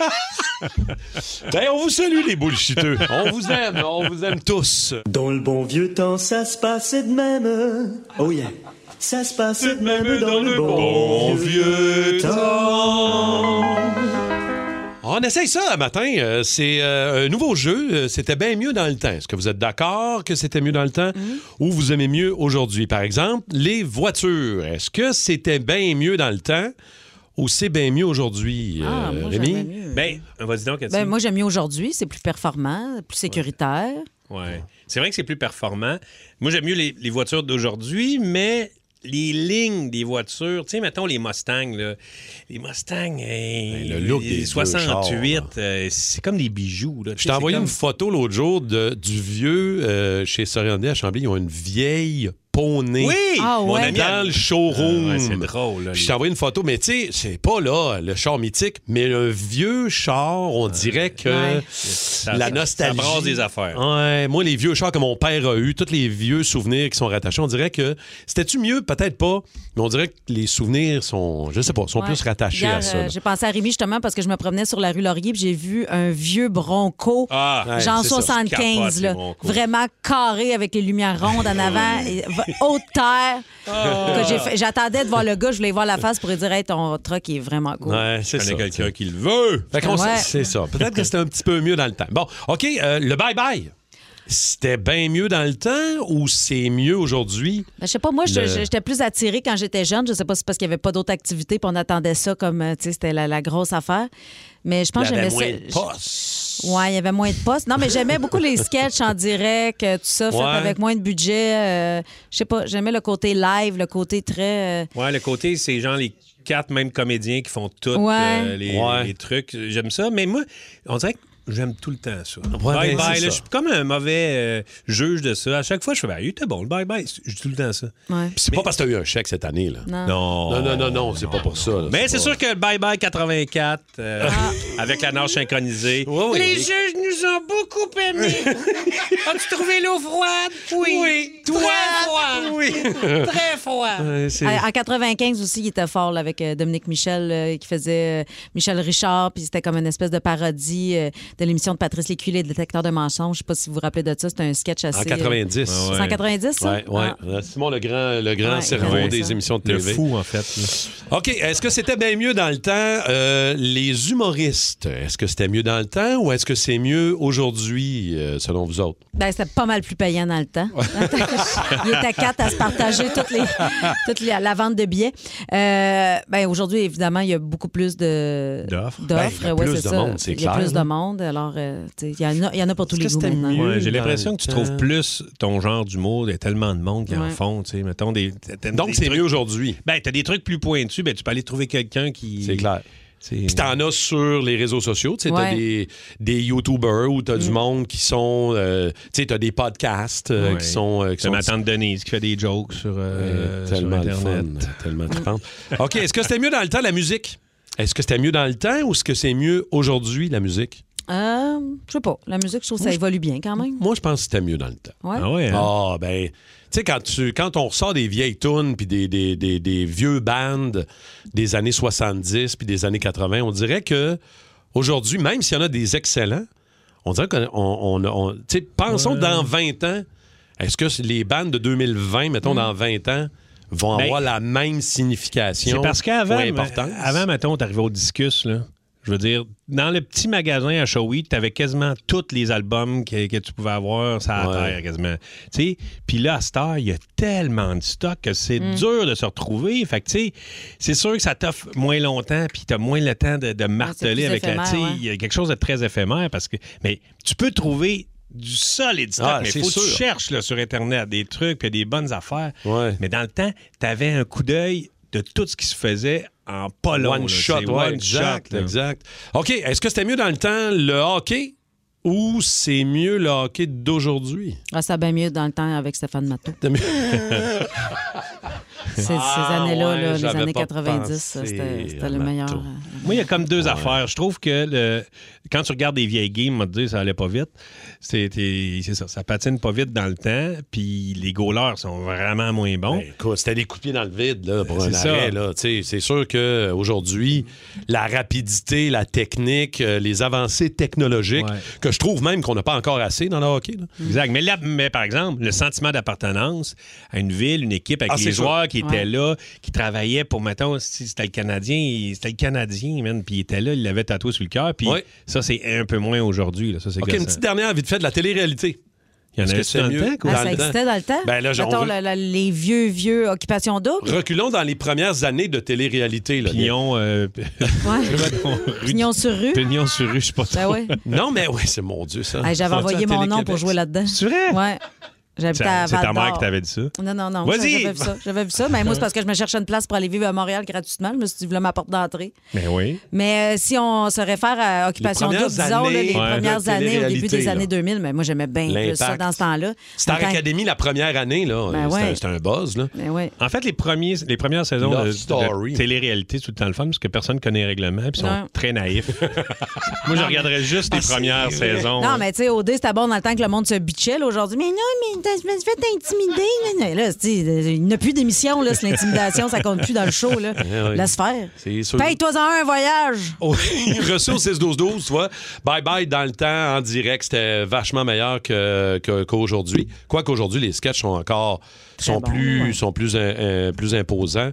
C: Ben, on vous salue, les bullshiteux. On vous aime, on vous aime tous.
O: Dans le bon vieux temps, ça se passait de même. Oh yeah. Ça se passait de même dans le bon vieux temps.
C: Ah, On essaye ça le matin. Euh, c'est euh, un nouveau jeu. Euh, C'était bien mieux dans le temps. Est-ce que vous êtes d'accord que c'était mieux dans le temps ou vous aimez mieux aujourd'hui? Par exemple, les voitures. Est-ce que c'était bien mieux dans le temps ou c'est bien mieux aujourd'hui,
D: Ah,
C: euh,
D: moi,
C: Rémi?
D: j'aimais mieux.
E: Ben, vas-y donc, Cathy.
D: Ben, moi, j'aime mieux aujourd'hui. C'est plus performant, plus sécuritaire.
E: Ouais. C'est vrai que c'est plus performant. Moi, j'aime mieux les, les voitures d'aujourd'hui, mais les lignes des voitures, tu sais, mettons les Mustangs, là. les Mustangs, hey,
C: le look
E: les
C: des deux
E: 68, euh, c'est comme des bijoux. Là, Tu
C: Je
E: sais,
C: t'ai
E: c'est
C: envoyé
E: comme-
C: une photo l'autre jour de, du vieux euh, chez Soriandé à Chambly. Ils ont une vieille poney.
E: Oui! Ah
C: Mon
E: ouais.
C: ami dans le showroom.
E: Ah ouais, c'est drôle, là,
C: Puis je
E: les-
C: t'ai envoyé une photo, mais tu sais, c'est pas là le char mythique, mais le vieux char, on dirait que
E: Ouais.
C: la
E: ça-
C: nostalgie.
E: ça brasse des affaires.
C: Ouais, moi, les vieux chars que mon père a eu, tous les vieux souvenirs qui sont rattachés, on dirait que c'était-tu mieux? Peut-être pas, mais on dirait que les souvenirs sont, je sais pas, sont
D: Ouais.
C: plus rattachés
D: Hier,
C: à ça.
D: euh,
C: là.
D: j'ai pensé à Rémi justement parce que je me promenais sur la rue Laurier puis j'ai vu un vieux bronco,
C: Ah, ouais,
D: genre
C: c'est ça,
D: 75,
C: c'est
D: là,
C: capote, les broncos. Ah
D: vraiment carré avec les lumières rondes en avant, et va- haute terre.
E: Ah.
D: Que j'ai fait- J'attendais de voir le gars, je voulais voir la face pour lui dire hey, ton truck est vraiment cool.
C: Ouais, c'est
E: Je
C: ça.
E: connais quelqu'un
C: qui le veut.
D: Ouais.
C: C'est ça. Peut-être que c'était un petit peu mieux dans le temps. Bon, OK, euh, le bye-bye. C'était bien mieux dans le temps ou c'est mieux aujourd'hui?
D: Ben, je sais pas, moi, je-
C: Le-
D: je- j'étais plus attirée quand j'étais jeune. Je sais pas si c'est parce qu'il y avait pas d'autres activités, puis on attendait ça comme, euh, tu sais, c'était la, la grosse affaire. Mais je pense
C: Il y
D: que j'aimais
C: avait
D: ça.
C: moins de
D: je-
C: postes.
D: Ouais, il y avait moins de postes. Non, mais j'aimais beaucoup les sketchs en direct, euh, tout ça, fait
E: Ouais.
D: avec moins de budget. euh, je sais pas, j'aimais le côté live, le côté très. euh,
E: Ouais, le côté, c'est genre les quatre mêmes comédiens qui font tous
D: Ouais.
E: les,
C: Ouais.
E: les trucs. J'aime ça, mais moi, on dirait que j'aime tout le temps ça.
C: ben,
E: bye
C: c'est
E: bye,
C: ça.
E: là, je suis comme un mauvais euh, juge de ça. À chaque fois, je fais, ben, il était bon, le bye bye, je dis tout le temps ça.
D: Ouais.
C: Puis C'est pas parce que t'as eu un chèque cette année, là.
D: Non.
C: Non, non, non, non, c'est pas pour ça. là.
E: Mais c'est
C: pas-
E: sûr que le Bye Bye 84, euh,
D: Ah.
E: avec la nage synchronisée.
B: Oh,
C: oui.
E: Les
C: Les-
E: juges nous ont beaucoup aimés. As-tu trouvé l'eau froide? Oui. Toi, froid. Oui. Très froid.
D: Euh, En 95 aussi, il était fort là, avec euh, Dominique Michel euh, qui faisait euh, Michel Richard, puis c'était comme une espèce de parodie euh, de l'émission de Patrice Lécuyer, les détecteurs de mensonges. Je sais pas si vous vous rappelez de ça, c'était un sketch assez.
C: En 90.
D: euh, C'est en 90, ça?
C: Ouais, ouais.
D: Ah.
C: Ah Euh, Simon, le grand, le grand
D: Ouais,
C: cerveau
D: ouais.
C: des
D: ça.
C: émissions de
E: Le
C: TV.
E: fou, en fait.
C: OK, est-ce que c'était bien mieux dans le temps, euh, les humoristes? Est-ce que c'était mieux dans le temps ou est-ce que c'est mieux aujourd'hui, euh, selon vous autres?
D: Ben, c'était pas mal plus payant dans le temps. Il était quatre
P: euh,
D: à se partager toutes les, toute la, la vente de billets. Euh, ben, aujourd'hui, évidemment, il y a beaucoup plus de,
E: D'offres.
C: Ben, il y a
D: ouais,
C: plus
D: c'est
C: de
D: ça.
C: monde, c'est
D: Il y a
C: clair,
D: plus de
C: là.
D: monde. Alors, euh, tu sais, il y, en a- il y en a pour tous les
C: que
D: goûts
C: c'était
D: maintenant.
E: Ouais, j'ai
C: dans
E: l'impression
C: le
E: que tu
C: temps.
E: trouves plus ton genre d'humour. Il y a tellement de monde qui en
D: Ouais.
E: font. tu sais, Mettons des,
C: Donc, c'est mieux aujourd'hui.
E: Ben, t'as des trucs plus pointus. Ben, tu peux aller trouver quelqu'un qui.
C: C'est clair. Puis t'en
E: euh,
C: as sur les réseaux sociaux, tu sais, t'as
D: Ouais.
C: des, des YouTubers ou t'as du monde qui sont, euh, tu sais, t'as des podcasts euh,
E: Ouais.
C: qui sont... euh, qui
E: T'as
C: sont
E: ma tante Denise qui fait des jokes sur, euh,
C: Ouais,
E: sur
C: tellement le fun,
E: Internet.
C: tellement trippante. OK, est-ce que c'était mieux dans le temps, la musique? Est-ce que c'était mieux dans le temps ou est-ce que c'est mieux aujourd'hui, la musique?
D: Euh, je sais pas. La musique, je trouve que ça
C: Moi, je-
D: évolue bien quand même.
C: Moi, je pense que c'était mieux dans le temps.
D: Ouais. Ah ouais, hein?
C: Ah, ben, tu sais, quand, tu- quand on ressort des vieilles tunes, puis des, des, des- des vieux bands des années 70, puis des années 80, on dirait que aujourd'hui, même s'il y en a des excellents, on dirait qu'on... On, on- on- tu sais, pensons
E: Ouais.
C: dans 20 ans, est-ce que les bands de 2020, mettons, dans 20 ans, vont
E: Ben,
C: avoir la même signification
E: C'est parce qu'avant,
C: ou importance?
E: avant, mettons, t'arrivais au discus, là. Je veux dire, dans le petit magasin à Showy, tu avais quasiment tous les albums que, que tu pouvais avoir ça la
C: Ouais.
E: terre, quasiment. Tu sais, puis là, à cette heure, il y a tellement de stock que c'est
C: Mm.
E: dur de se retrouver. Fait que, tu sais, c'est sûr que ça t'offre moins longtemps, puis tu as moins le temps de, de marteler
C: plus
E: avec la.
C: éphémère,
E: Tu sais,
C: ouais.
E: il y a quelque chose de très éphémère parce que. Mais tu peux trouver du solide stock,
C: Ah,
E: mais
C: c'est
E: faut que tu
C: sûr.
E: cherches là, sur Internet des trucs, puis des bonnes affaires. Mais dans le temps, tu avais un coup d'œil de tout ce qui se faisait en pas long.
C: One
E: là.
C: shot,
E: C'est
C: ouais,
E: one
C: exact,
E: shot, là.
C: exact. OK, est-ce que c'était mieux dans le temps le hockey ou c'est mieux le hockey d'aujourd'hui?
D: Ah, ça va bien mieux dans le temps avec Stéphane Matteau. Ces, ces
E: Ah,
D: années-là,
E: ouais,
D: là, les
E: j'avais
D: années
E: pas
D: 90,
E: pensé
D: c'était c'était
E: à
D: le
E: Matteau.
D: meilleur. euh,
C: Hein,
E: Moi, il y a comme deux affaires. Je trouve que le- quand tu regardes des vieilles games, on va te dire ça allait pas vite. C'était- C'est ça, ça patine pas vite dans le temps, puis les goalers sont vraiment moins bons.
C: Ben, écoute, c'était des coups de pied dans le vide là, pour
E: C'est
C: un
E: ça.
C: arrêt. là. Tu sais, C'est sûr qu'aujourd'hui, la rapidité, la technique, euh, les avancées technologiques, que je trouve même qu'on n'a pas encore assez dans le hockey. là.
E: Exact. Mais, là, mais par exemple, le sentiment d'appartenance à une ville, une équipe, avec
C: Ah,
E: les
C: c'est
E: joueurs
C: sûr.
E: qui étaient
C: Ouais.
E: là, qui travaillaient pour, mettons, si c'était le Canadien, il- c'était le Canadien, man, puis il était là, il l'avait tatoué sur le cœur, puis ça, c'est un peu moins aujourd'hui. là. Ça, c'est
C: OK,
E: gossant.
C: une petite dernière vite fait de la télé-réalité.
E: Il y en
C: Est-ce
E: avait-tu
C: que c'était
E: dans le
C: mieux
E: temps, quoi?
D: Ah, ça existait dans le temps?
C: Ben là, j'en
D: Mettons,
C: veux-
D: la- la- les vieux, vieux occupations double.
C: Reculons dans les premières années de télé-réalité. là.
E: Pignon, euh,
D: Pignon sur rue.
E: Pignon sur rue, je sais pas
D: Ben
E: trop.
D: ouais.
C: Non, mais ouais, c'est mon Dieu, ça.
D: Hey, J'avais
C: Ça,
D: envoyé
C: ça,
D: mon nom
C: Télé-Québec.
D: pour jouer là-dedans.
E: C'est vrai?
D: Ouais. J'habitais
E: Ça-
D: à
E: c'est ta
D: Val-d'Or.
E: mère qui t'avait dit ça?
D: Non, non, non.
E: Vas-y!
D: ça, J'avais vu ça. J'avais vu ça. Mais moi, c'est parce que je me cherchais une place pour aller vivre à Montréal gratuitement. Je me suis dit, voilà ma porte d'entrée.
E: Mais oui.
D: Mais euh, si on se réfère à Occupation
C: Les
D: Double,
C: premières
D: disons, là,
C: années
D: les
C: de
D: premières années, au début
C: télé-réalité,
D: des
C: là.
D: années 2000, mais moi, j'aimais bien plus
C: L'impact.
D: ça dans ce temps-là.
C: Star
D: Dans le temps-
C: Academy, la première année, là.
D: Ben
C: c'était,
D: ouais.
C: c'était un buzz, là.
D: Ben ouais.
E: En fait, les, premiers, les premières saisons
C: Love
E: de,
C: Story.
E: de télé-réalité, c'est tout le temps le fun, parce que personne ne connaît les règlements, puis ils sont
D: Non. Ah,
E: très naïfs. Moi, je regarderais juste les premières saisons.
D: Non, mais tu sais, au dé, c'était bon dans le temps que le monde se bitchait. là, Aujourd'hui, mais non, mais t'as- je me suis fait intimider. là. Mais Là, tu sais, il n'y a plus d'émission, là. C'est l'intimidation, ça compte plus dans le show, là.
C: Ouais, ouais.
D: Laisse faire.
C: C'est sûr.
D: Paye-toi-en un voyage.
C: Oh, reçu au 6-12-12, tu vois. Bye-bye dans le temps, en direct. C'était vachement meilleur que, que- qu'aujourd'hui. Quoi qu'aujourd'hui, les sketchs sont encore... sont, plus, sont plus, euh, euh, plus imposants.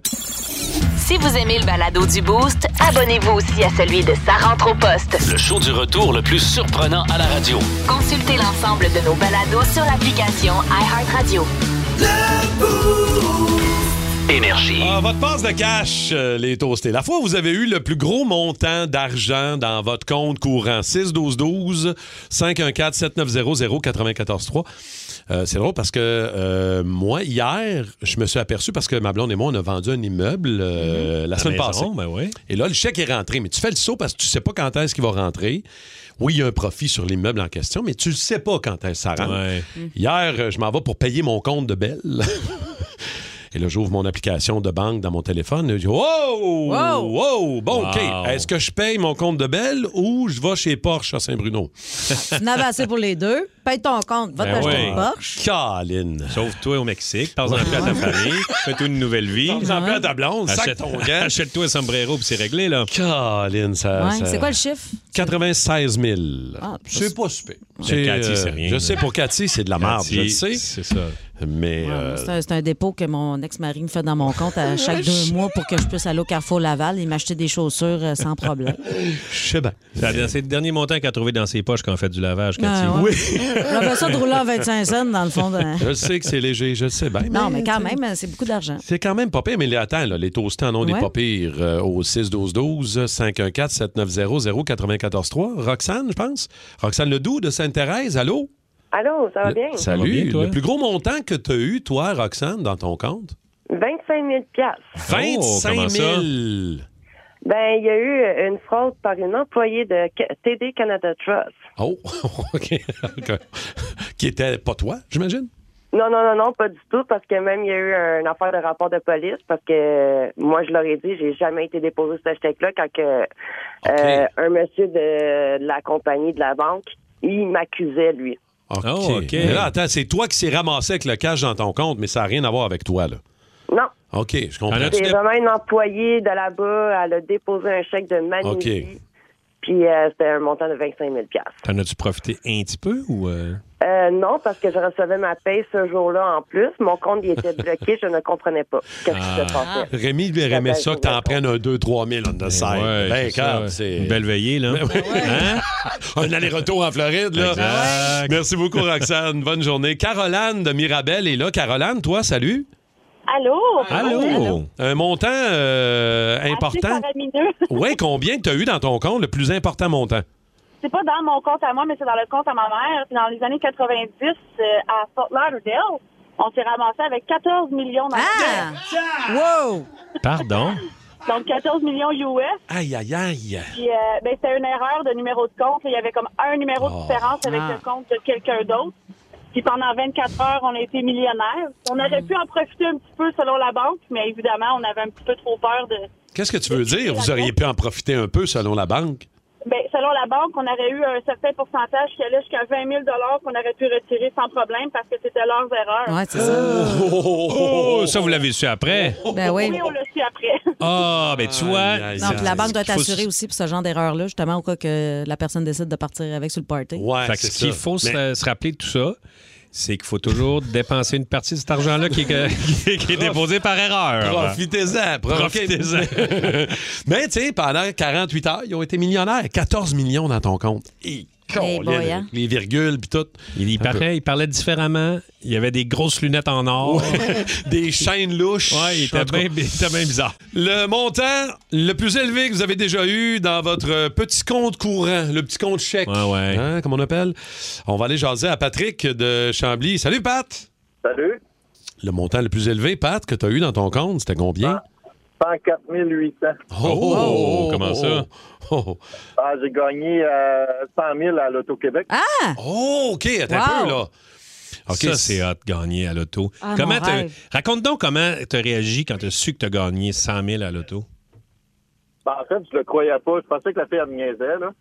A: Si vous aimez le balado du Boost, abonnez-vous aussi à celui de Sa rentre au poste.
B: Le show du retour le plus surprenant à la radio.
A: Consultez l'ensemble de nos balados sur l'application iHeartRadio.
B: Énergie.
C: Ah, votre passe de cash, euh, les toastés. La fois où vous avez eu le plus gros montant d'argent dans votre compte courant, 6-12-12, 514-7900-943. Euh, c'est drôle parce que euh, moi, hier, je me suis aperçu parce que ma blonde et moi, on a vendu un immeuble euh, la
E: Mhm. La
C: semaine
E: maison,
C: passée.
E: ben oui.
C: Et là, le chèque est rentré. Mais tu fais le saut parce que tu sais pas quand est-ce qu'il va rentrer. Oui, il y a un profit sur l'immeuble en question, mais tu le sais pas quand est-ce que ça rentre. Hier, euh, je m'en vais pour payer mon compte de Belle. Et là, j'ouvre mon application de banque dans mon téléphone. Et je dis, wow!
B: Wow!
C: Wow! Bon, OK.
B: Wow.
C: Est-ce que je paye mon compte de Belle ou je vais chez Porsche à Saint-Bruno? Ah,
D: Tu n'avais assez pour les deux. Paye ton compte.
C: Ben
D: Va t'acheter une Porsche.
C: Caroline.
E: Ben Sauve-toi au Mexique, parle-en plus à ta famille, fais-toi une nouvelle vie.
C: Parle-en plus à ta blonde, sac
E: Achète-
C: ton
E: Achète-toi un sombrero, puis c'est réglé, là.
C: Caroline, ça.
D: Ouais,
C: Euh, ça-
D: C'est quoi le chiffre?
C: 96 000.
D: Ah,
C: c'est pas super.
E: Mais Cathy, c'est rien,
C: Je
E: là.
C: sais, pour Cathy, c'est de la merde, je le
E: Cathy,
C: sais.
E: C'est ça.
C: Mais. euh,
D: C'est un, c'est un dépôt que mon ex-mari me fait dans mon compte à chaque deux mois pour que je puisse aller au Carrefour Laval et m'acheter des chaussures euh, sans problème.
C: Je sais bien.
E: C'est le dernier montant qu'elle a trouvé dans ses poches quand on fait du lavage, Cathy.
D: Ah, Ouais, ouais. J'avais ça de roulant 25 cents dans le fond. de-
C: Je le sais que c'est léger, je le sais bien.
D: Non, mais quand même, euh, c'est beaucoup d'argent.
C: C'est quand même pas pire, mais les- attends, là, les toastés en ont des
D: Ouais.
C: pas pires euh, au 6-12-12, 514-7900-943. Roxane, je pense. Roxane Ledoux de Sainte-Thérèse, allô?
Q: Allô, ça va bien?
C: Salut. le plus gros montant que tu as eu, toi, Roxane, dans ton compte?
E: Oh,
Q: 25 000
C: Oh,
Q: piastres.
C: 25 000.
Q: Ben, il y a eu une fraude par une employée de Ca- TD Canada Trust.
C: Oh, OK. OK. Qui était pas toi, j'imagine?
Q: Non, non, non, non, pas du tout, parce que même il y a eu une affaire de rapport de police, parce que euh, moi, je leur ai dit, j'ai jamais été déposé ce chèque-là quand que, euh, un monsieur de, de la compagnie de la banque, il m'accusait, lui.
E: Oh,
C: OK. Mais là, attends, c'est toi qui s'est ramassé avec le cash dans ton compte, mais ça n'a rien à voir avec toi, là.
Q: Non.
C: OK, je comprends.
Q: C'est vraiment une employée de là-bas, elle a déposé un chèque de manusie.
C: OK.
Q: Puis euh, c'était un montant de 25 000
E: T'en as-tu profité un petit peu ou. euh?
Q: euh, Non, parce que je recevais ma paie ce jour-là en plus. Mon compte il était bloqué, je ne comprenais pas
E: Ah.
Q: qu'est-ce qui se
C: Ah.
Q: passait.
C: Rémi lui aimait ça que t'en prennes un 2-3 000 on the side. Ben,
E: ouais, c'est ça,
C: calme,
E: ouais.
C: c'est...
E: Une belle veillée, là.
C: Hein? un aller-retour en Floride, là.
E: Exact.
C: Merci beaucoup, Roxane. Bonne journée. Caroline de Mirabel est là. Caroline, toi, salut.
R: Allô?
C: Allô. Un montant euh, important.
R: C'est faramineux.
C: Oui, combien tu as eu dans ton compte, le plus important montant?
R: C'est pas dans mon compte à moi, mais c'est dans le compte à ma mère. Puis dans les années 90, euh, à Fort Lauderdale, on s'est ramassé avec 14 millions d'argent.
D: Wow!
E: Pardon?
R: Donc 14 millions US.
C: Aïe, aïe, aïe.
R: Puis, euh, ben, c'était une erreur de numéro de compte. Il y avait comme un numéro de
C: Oh.
R: différence avec
C: Ah.
R: le compte de quelqu'un d'autre. Puis pendant 24 heures, on a été millionnaires. On aurait pu en profiter un petit peu selon la banque, mais évidemment, on avait un petit peu trop peur de...
C: Qu'est-ce que tu veux dire? Vous auriez pu en profiter un peu, selon la banque.
R: Ben, selon la banque, on aurait eu un certain pourcentage qui allait jusqu'à 20 000 qu'on aurait pu retirer sans problème parce que c'était leurs erreurs.
E: Oh, oh, oh, oh, oh, ça, vous l'avez su après.
D: Ben oui.
R: on le suit après.
E: Ah, ben tu vois.
D: Non, puis la banque doit
E: Il faut-
D: t'assurer aussi pour ce genre d'erreur-là, justement, au cas que la personne décide de partir avec sur le party.
E: Fait que ce qu'il faut se- se rappeler de tout ça, c'est qu'il faut toujours dépenser une partie de cet argent-là qui, est- qui est déposé par erreur. hein.
C: Profitez-en. pro-
E: Profitez-en.
C: Mais tu sais, pendant 48 heures, ils ont été millionnaires. 14 millions dans ton compte. Et
E: Hey boy,
C: les,
E: hein?
C: les virgules, puis tout.
E: Il parlait, il parlait différemment. Il y avait des grosses lunettes en or.
C: des chaînes louches.
E: Ouais, il
C: En
E: était
C: tout cas.
E: bien, il était bien bizarre.
C: Le montant le plus élevé que vous avez déjà eu dans votre euh, petit compte courant, le petit compte chèque, Hein, comme on appelle. On va aller jaser à Patrick de Chambly. Salut, Pat!
S: Salut.
C: Le montant le plus élevé, Pat, que tu as eu dans ton compte, c'était combien?
S: 104 800.
C: Oh, comment ça? Oh, oh.
S: Ah, j'ai gagné euh, 100 000 à l'Auto-Québec.
D: Ah!
C: Oh, OK, attends
S: Wow.
C: un peu, là.
E: OK,
C: Ça,
E: c'est hot, gagner à l'auto.
S: Ah,
E: comment
S: mon
E: t'as-
S: rêve.
E: Raconte donc comment tu as réagi quand tu as su que tu as gagné 100 000 à l'auto.
S: Ben, en fait, je le croyais pas. Je pensais que la fille, elle me niaisait, là.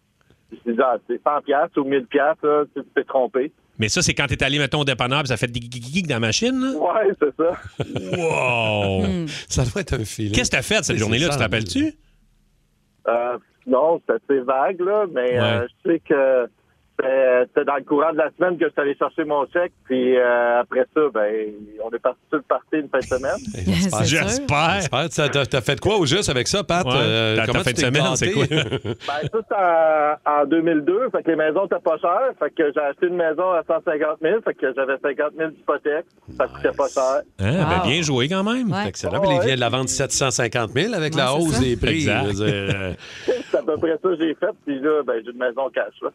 S: Je me disais, ah, c'est 100 piastres ou 1000 piastres, là, tu t'es trompé.
E: Mais ça, c'est quand tu es allé, mettons, au dépanneur, puis ça fait des geeks dans la machine. là.
S: Ouais, c'est ça.
E: Wow!
S: Hmm.
C: Ça doit être un filet.
E: Qu'est-ce que tu as fait cette
S: C'est
E: journée-là, tu te
S: ça,
E: rappelles-tu?
S: Euh, non, c'est assez vague, là, mais
E: Ouais.
S: euh, je sais que euh, c'était dans le courant de la semaine que je suis allé chercher mon chèque, puis euh, après ça, ben, on est parti sur le party une fin de semaine.
C: J'espère. J'espère. T'as- T'as t'as fait quoi au juste avec ça, Pat?
E: Ouais.
C: Euh,
E: Ta- ta
C: comment
E: fin
C: tu
E: de
C: t'es
E: semaine, c'est
C: gâté?
S: Ben, ça, c'est en, en 2002. Fait que les maisons étaient pas chères. Fait que j'ai acheté une maison à 150 000. Fait que j'avais 50 000 d'hypothèque. Ça coûtait pas cher.
E: Ah, ben, bien joué quand même.
C: Excellent. Puis il vient de la vendre 750 000 avec la
S: Ouais, c'est
C: hausse
S: ça.
C: des prix.
E: Exact.
C: Je veux dire, euh,
S: C'est à peu près ça que j'ai fait. Puis là, ben, j'ai une maison cash, là.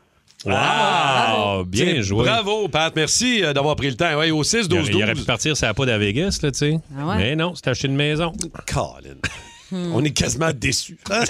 C: Tiens,
E: Wow! Bien joué.
C: Bravo, Pat. Merci euh, d'avoir pris le temps. Ouais, au 6
E: Il aurait-
C: 12
E: Il aurait pu
C: 12
E: partir, ça a pas d'à Vegas, là, tu sais.
C: Ah ouais?
E: Mais non, c'est acheté une maison.
C: Colin.
G: Hmm.
C: On est quasiment déçus.
G: Ah,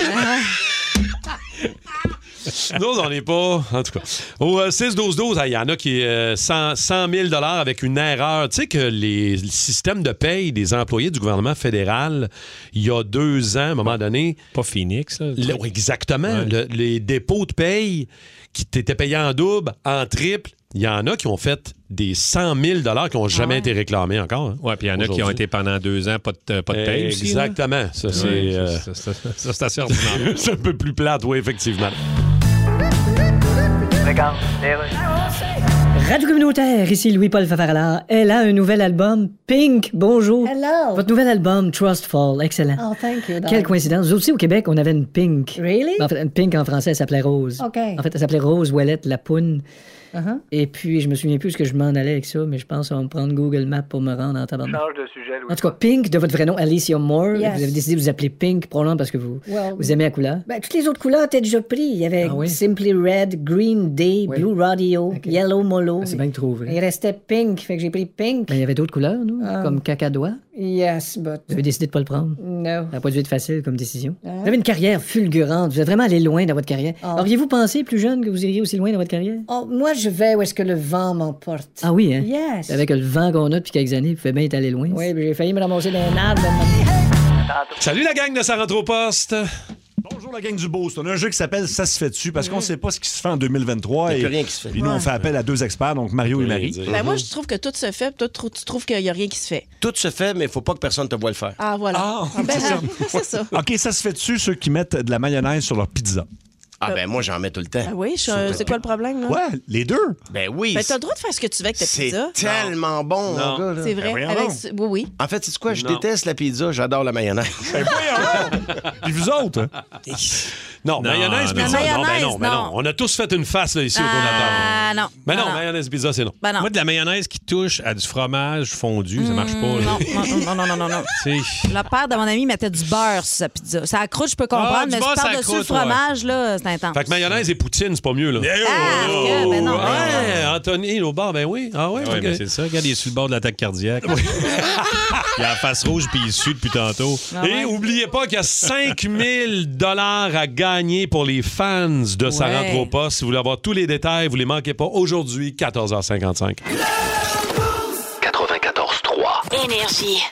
C: Nous, on n'est pas. En tout cas. Au 6-12-12, il y en a qui euh, 100, 100 000 avec une erreur. Tu sais que les le système de paye des employés du gouvernement fédéral, il y a deux ans, à un moment donné.
E: Pas Phoenix, là.
C: Le- oui, exactement. Le- les dépôts de paye qui t'étaient payés en double, en triple, il y en a qui ont fait des 100 000 qui n'ont jamais été réclamés encore. hein.
E: Ouais, puis il y en a qui ont été pendant deux ans, pas de, euh, pas de paye aussi, là.
C: Exactement. Ça,
E: Ouais,
C: c'est. euh,
E: ça, ça, ça, ça, c'est assez ordinaire.
C: c'est un peu plus plate, oui, effectivement.
G: Ah,
N: Radio communautaire, ici Louis-Paul Favarala. Elle a un nouvel album, Pink. Bonjour.
T: Hello.
N: Votre nouvel album, Trust Fall, excellent.
T: Oh, thank you. darling.
N: Quelle coïncidence. Nous aussi, au Québec, on avait une Pink.
T: Really?
N: En fait, une Pink en français, elle s'appelait Rose.
T: OK.
N: En fait, elle s'appelait Rose Ouellette Lapoune.
T: Uh-huh.
N: Et puis, je me souviens plus ce que je m'en allais avec ça, mais je pense qu'on va me prendre Google Maps pour me rendre en tabarnak.
T: Change de sujet, Louis.
N: En tout cas, Pink, de votre vrai nom, Alicia Moore.
T: Yes.
N: Vous avez décidé de vous appeler Pink, probablement parce que vous,
T: Well,
N: vous aimez la couleur.
T: Ben, toutes les autres couleurs étaient déjà prises. Il y avait
N: Ah oui?
T: Simply Red, Green Day, Blue Radio, Yellow Molo.
N: Ah, C'est bien trouvé.
T: Il restait pink, fait que j'ai pris pink.
N: Mais Ben, il y avait d'autres couleurs, non?
T: Ah.
N: Comme cacadois.
T: Yes, but
N: Vous avez décidé de pas le prendre.
T: no.
N: Ça n'a pas dû être facile comme décision.
T: Ah.
N: Vous avez une carrière fulgurante. Vous êtes vraiment allé loin dans votre carrière. Auriez-vous pensé, plus jeune, que vous iriez aussi loin dans votre carrière?
T: Oh, moi, je vais où est-ce que le vent m'emporte.
N: Ah oui, hein?
T: Yes.
N: Avec le vent qu'on a depuis quelques années, vous pouvez bien être allé loin.
T: Oui, puis j'ai failli me ramasser dans un arbre.
C: Salut la gang de Sa rentre au poste.
U: Bonjour la gang du Boost. On a un jeu qui s'appelle Ça se fait dessus parce qu'on ne sait pas ce qui se fait en 2023.
P: Il y a
U: et
P: plus rien qui se fait.
U: Puis nous, on
P: Ouais.
U: fait appel à deux experts, donc Mario et Marie.
P: Ben, moi, je trouve que tout se fait, puis toi, trou- tu trouves qu'il n'y a rien qui se fait. Tout se fait, mais il faut pas que personne te voie le faire. Ah, voilà. Ah, ben, c'est ça.
U: OK, ça se fait dessus ceux qui mettent de la mayonnaise sur leur pizza.
G: Ah, ben moi, j'en mets tout le temps.
P: Ah oui, je-
G: Surtout.
P: c'est quoi le problème? Là?
G: les deux. Ben oui.
P: Ben, t'as le droit de faire ce que tu veux avec ta
G: C'est
P: pizza.
G: tellement bon, mon gars, là.
P: C'est
G: Ben,
P: vrai.
G: voyons
P: avec
G: donc.
P: ce- Oui, oui.
G: En fait, c'est quoi? Je
C: Non.
G: déteste la pizza, j'adore la mayonnaise.
U: Ben
C: Puis vous autres?
U: hein?
C: Non, mayonnaise,
G: non, non.
C: pizza. Non, ben non, ben
G: Mayonnaise,
C: non. On a tous fait une face là, ici autour de la table.
D: Ah non.
C: Ben non,
D: Ah,
C: mayonnaise pizza, c'est non.
D: Ben non.
E: Moi, de la mayonnaise qui touche à du fromage fondu, ça marche pas. là.
D: Non, non, non, non, non.
E: Tu sais,
D: Le père de mon ami mettait du beurre sur sa pizza. Ça accroche, je peux comprendre,
E: Ah, du
D: mais
E: beurre, ça
D: par-dessus le
E: accroche, ouais.
D: fromage, là, c'est intense.
C: Fait que mayonnaise et poutine, c'est pas mieux, là.
D: Ah, que, ben non, ben
C: Ouais, Anthony, au bar, ben oui. Ah ouais,
E: Ouais,
C: ok.
E: mais c'est ça. Regarde, il est sur le bord de l'attaque cardiaque. il a la face rouge puis il sue depuis tantôt.
D: Ah
C: Et oubliez pas qu'il y a 5000 dollars à gagner pour les fans de Sa
E: Ouais.
C: rentre au poste. Si vous voulez avoir tous les détails, vous les manquez pas aujourd'hui, 14h55.
B: 94.3.
A: Énergie.